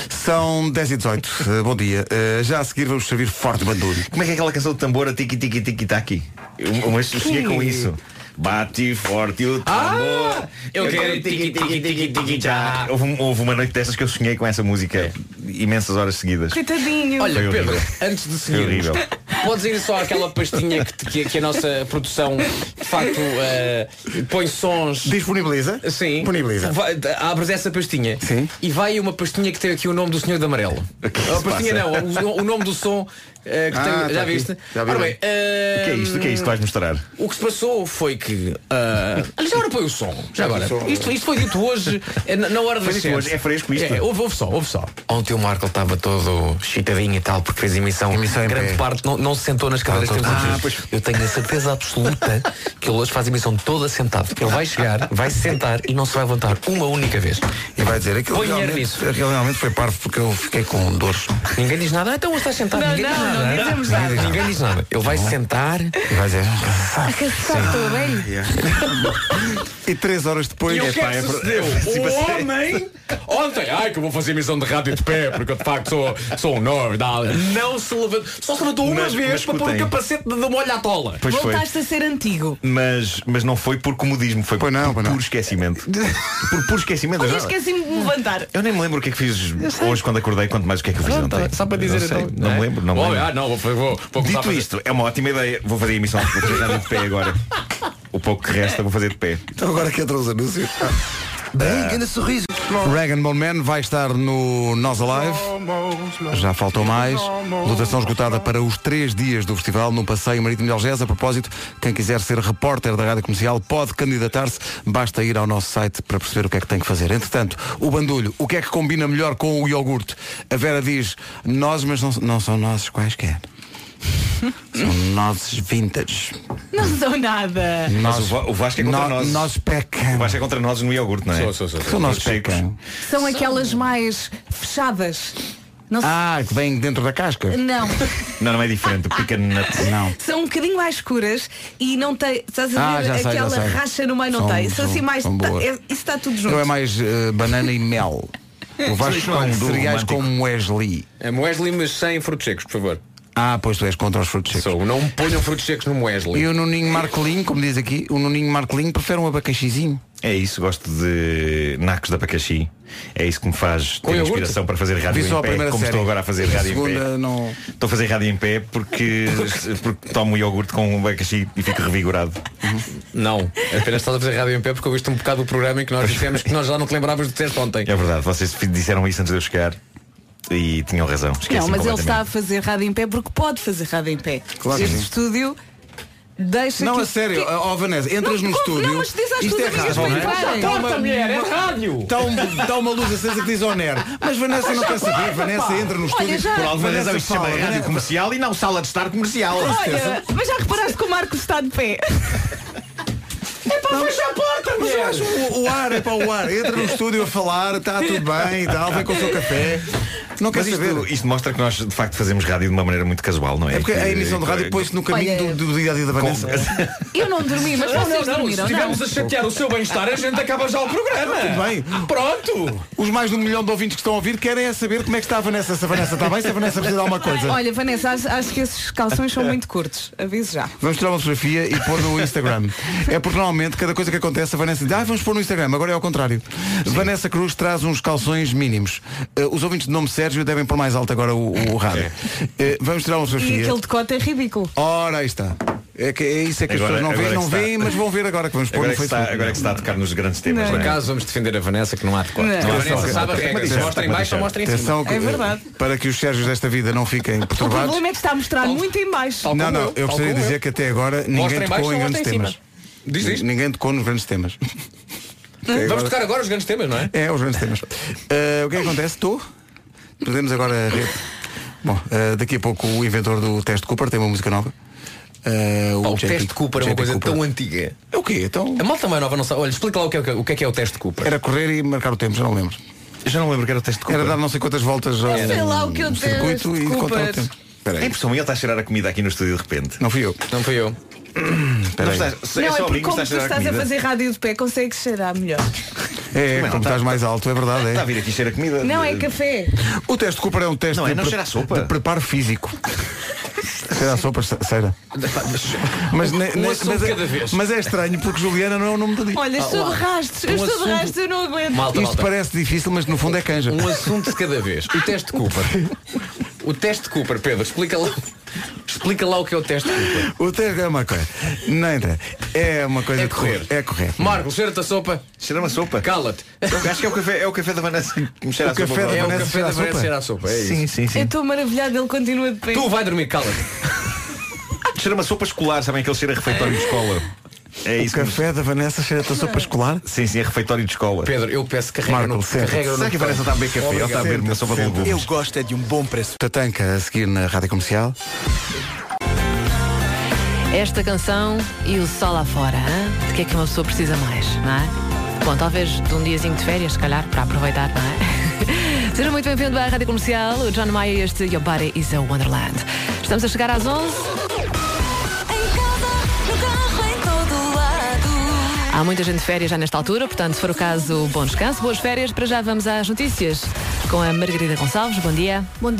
São 10 e 18. Eh, bom dia. Eh, já a seguir vamos servir forte bandulho. Como é que é aquela canção de tambor a tiki tiki tiki taki? Eu, eu, eu cheguei é com isso. Oh, Bate forte o tambor. Ah! eu quero tiki, tiki, tiki, tiki, É. já. Houve, um- houve uma noite dessas que eu sonhei com essa música imensas horas seguidas. Coitadinho. Foi Olha, horrível. Pedro, antes de Foi horrível. seguirmos, podes ir só àquela pastinha que, que- que a nossa produção, de facto, eh, põe sons. Disponibiliza? Sim. Disponibiliza. Vai- abres essa pastinha Sim. e vai uma pastinha que tem aqui o nome do senhor de amarelo. que a se pastinha passa? não, o, o nome do som eh, que Ah, tem. tá já aqui. viste? Já vi Ora bem. bem, eh, O que é isto? O que é isto que vais mostrar? o que se passou foi que. ah, olha, já agora põe o som. Já agora. Isto, isto foi dito hoje, eh, na, na hora Foi da dito hoje, é fresco isto. É, ouve, ouve só, ouve só. Ontem o Marco estava todo chitadinho e tal, porque fez emissão. Emissão em Grande pé. parte não, não se sentou Tá, nas cadeiras que temos Ah, aqui. Eu tenho a certeza absoluta que ele hoje faz emissão toda sentado. Ele vai chegar, vai se sentar e não se vai levantar uma única vez. E vai dizer aquilo Põe dinheiro realmente, nisso. aquilo realmente foi parvo porque eu fiquei com dores. Ninguém diz nada, "Ah, então hoje está sentado. Não, Ninguém não, diz nada. não hein? dizemos nada. Ninguém diz Ninguém diz nada. Ele vai se sentar. E vai dizer. Arrastar estou bem. E três horas depois. E o que é Epá, que é- sucedeu? O homem ontem, ai que eu vou fazer emissão de rádio de pé, porque eu de facto sou, sou um nerd, dá- não se levantou, só se levantou uma Mas vez, vezes para pôr o escutem. capacete de de uma olha à tola. Pois foi. Voltaste a ser antigo. Mas, mas não foi por comodismo, foi por puro esquecimento. por puro esquecimento. Olha, já- esqueci-me de me levantar. Eu nem me lembro o que é que fiz hoje quando acordei, quanto mais o que é que eu fiz ontem. tá, Só para dizer não, sei, então, não é? me lembro, não me Oh, lembro. ah, não, vou, vou, vou começar a Dito fazer- isto, é uma ótima ideia. Vou fazer a emissão de publicidade de pé agora. O pouco que resta vou fazer de pé. Então agora que entra os anúncios. Bem, grande sorriso. Reagan Bone Man vai estar no Nós Alive. Já faltou mais. Lotação esgotada para os três dias do festival no Passeio Marítimo de Algés. A propósito, quem quiser ser repórter da Rádio Comercial pode candidatar-se. Basta ir ao nosso site para perceber o que é que tem que fazer. Entretanto, o bandulho, o que é que combina melhor com o iogurte? A Vera diz, nós, mas não, não são nozes quaisquer. São nozes vintage. Não sou nada. Mas o Va- o Vasco é contra nó- nós. Nós pecamos. O Vasco é contra nós no iogurte, não é? Sou, sou, sou, sou. São nós Chicos. São aquelas mais fechadas. Não sei- Ah, que vem dentro da casca. Não. Não, não é diferente. O pica Não. São um bocadinho mais escuras e não tem. Estás a Ah, ver já sei, já aquela sei. racha no meio não São- tem. São, assim são- mais. são tá- boas. é- isso está tudo junto. Não é mais eh, banana e mel. O Vasco Isso não é com um duo cereais romântico. como Wesley. É Wesley, mas sem frutos secos, por favor. Ah, pois tu és contra os frutos secos. Sou, não ponham frutos secos no Wesley. E o Nuninho Marcolinho, como diz aqui, o Nuninho Marcolinho prefere um abacaxizinho. É isso, gosto de nacos de abacaxi. É isso que me faz Com ter iogurte? inspiração para fazer rádio Vi só a em pé, primeira como série. estou agora a fazer A rádio em segunda pé. não- Estou a fazer rádio em pé porque, porque tomo iogurte com abacaxi e fico revigorado. Não, apenas estás a fazer rádio em pé porque ouviste um bocado do programa em que nós dissemos que nós já não te lembrávamos do teste ontem. É verdade, vocês disseram isso antes de eu chegar e tinham razão. Esqueci Não, mas ele está a fazer rádio em pé porque pode fazer rádio em pé. Claro este que sim. estúdio deixa Não, que- a sério, que- ó Vanessa, entras Não, no como- estúdio. Não, mas diz às isto tuas é amigas rádio. para entrarem. Está uma- é Está, um- está uma luz acesa que diz oner. Mas Vanessa não quer saber. Vanessa entra no estúdio. Por alguma Vanessa razão isto se chama fala, rádio Vanessa- comercial e não sala de estar comercial. né? Olha, mas já reparaste que o Marco está de pé? É para fechar a porta, Mas eu acho o, o ar, é para o ar. Entra no estúdio a falar, está tudo bem e tal, Então, vem com o seu café. Não quer Mas saber. isto, isto mostra que nós de facto fazemos rádio de uma maneira muito casual, não é? É porque a emissão de rádio põe-se no caminho Olha- do, do dia a dia da Vanessa. né? Eu não dormi, mas Não, não, vocês não. Se dormiram, estivermos a chatear o seu bem-estar, a gente acaba já o programa. Tudo bem. Pronto. Os mais de um milhão de ouvintes que estão a ouvir querem é saber como é que está a Vanessa. Se a Vanessa está bem, se a Vanessa precisa de alguma coisa. Olha, Vanessa, acho, acho que esses calções são muito curtos. Aviso já. Vamos tirar uma fotografia e pôr no Instagram. É porque normalmente cada coisa que acontece a Vanessa diz, ah, vamos pôr no Instagram, agora é ao contrário. Vanessa Cruz traz uns calções mínimos. Eh, os ouvintes de nome Sérgio devem pôr mais alto agora o, o rádio. É. Eh, vamos tirar uma E fotografia. aquele decote é ridículo. Ora, aí está. É, que, é isso é que Agora- as pessoas não agora veem, é que não está. veem, mas vão ver agora que vamos pôr Agora no é, que Facebook. está, agora é que se está a tocar nos grandes temas. Não. não Por é? acaso vamos defender a Vanessa que não há de quatro. Não. A Vanessa Atenção, É. sabe a que- regra. atenção, Mostra em baixo ou mostra em Atenção cima. É que, eh, Para que os Sérgios desta vida não fiquem O perturbados. problema é que está a mostrar muito em baixo. Não, não, eu gostaria de dizer que até agora ninguém em tocou baixo, em não grandes mostra em temas. N- Ninguém tocou nos grandes temas. Vamos tocar agora os grandes temas, não é? É, os grandes temas. Eh, o que é que acontece? Estou. Perdemos agora a rede. Bom, eh, daqui a pouco o inventor do teste Cooper tem uma música nova. Eh, Pá, o JP teste Cooper é uma JP coisa Cooper. tão antiga. É o quê? Então... A malta mais nova não sabe. Olha, explica lá o que é o, que é, que é o teste Cooper. Era correr e marcar o tempo, já não lembro. Já não lembro que era o teste Era dar não sei quantas voltas ao sei lá o que é o circuito teste e contar o Cooper. tempo. A impressão é ele está a cheirar a comida aqui no estúdio de repente. Não fui eu. Não fui eu. Não estás, Não, é é só porque alguém que está como tu a cheirar a estás a comida. fazer rádio de pé, consegues cheirar melhor. É, como estás mais alto, é verdade. É. Está tá- a vir aqui cheira a comida. Não, é café. O teste Cooper é um teste Não é, de, não pre- cheira a sopa. de preparo físico. cheira a sopa, se- cheira. Mas, ne- Um ne- assunto mas, cada é, vez. mas é estranho porque Juliana não é o nome do dia. Olha, estou de rastos, eu Um estou de assunto- rastos, eu não aguento. Malta, Isto malta. parece difícil, mas no fundo é canja. Um assunto de cada vez. O teste Cooper. O teste Cooper, Pedro, explica lá. Explica lá o que é o teste Cooper. O teste é uma coisa. Não entra. É uma coisa É de correr. É correr. Marcos, cheira-te a sopa. Cheira uma sopa. Cala-te. Eu Acho que é o café, é o café da Vanessa que me cheira O a sopa. café da É o Vanessa café cheira da a Vanessa sopa? cheira a sopa. É isso. Sim, sim, Eu sim. estou maravilhado, ele continua de pé. Tu vai dormir, cala-te. Cheira uma sopa escolar, sabem aquele cheiro a refeitório de escola. É O isso. que me- café da Vanessa cheira a sopa escolar? Sim, sim, é refeitório de escola. Pedro, eu peço que carrega Marco, no sério. carrega no Será que a botão. Vanessa está a beber café ou está a beber uma sopa de legumes? gosto é de um bom preço. Tatanca a seguir na rádio comercial. Esta canção e o sol lá fora, hã? de que é que uma pessoa precisa mais, não é? Bom, talvez de um diazinho de férias, se calhar, para aproveitar, não é? Seja muito bem-vindo à Rádio Comercial, o John Mayer e este Your Body is a Wonderland. Estamos a chegar às 11. Há muita gente de férias já nesta altura, portanto, se for o caso, bom descanso, boas férias. Para já vamos às notícias com a Margarida Gonçalves. Bom dia. Bom dia.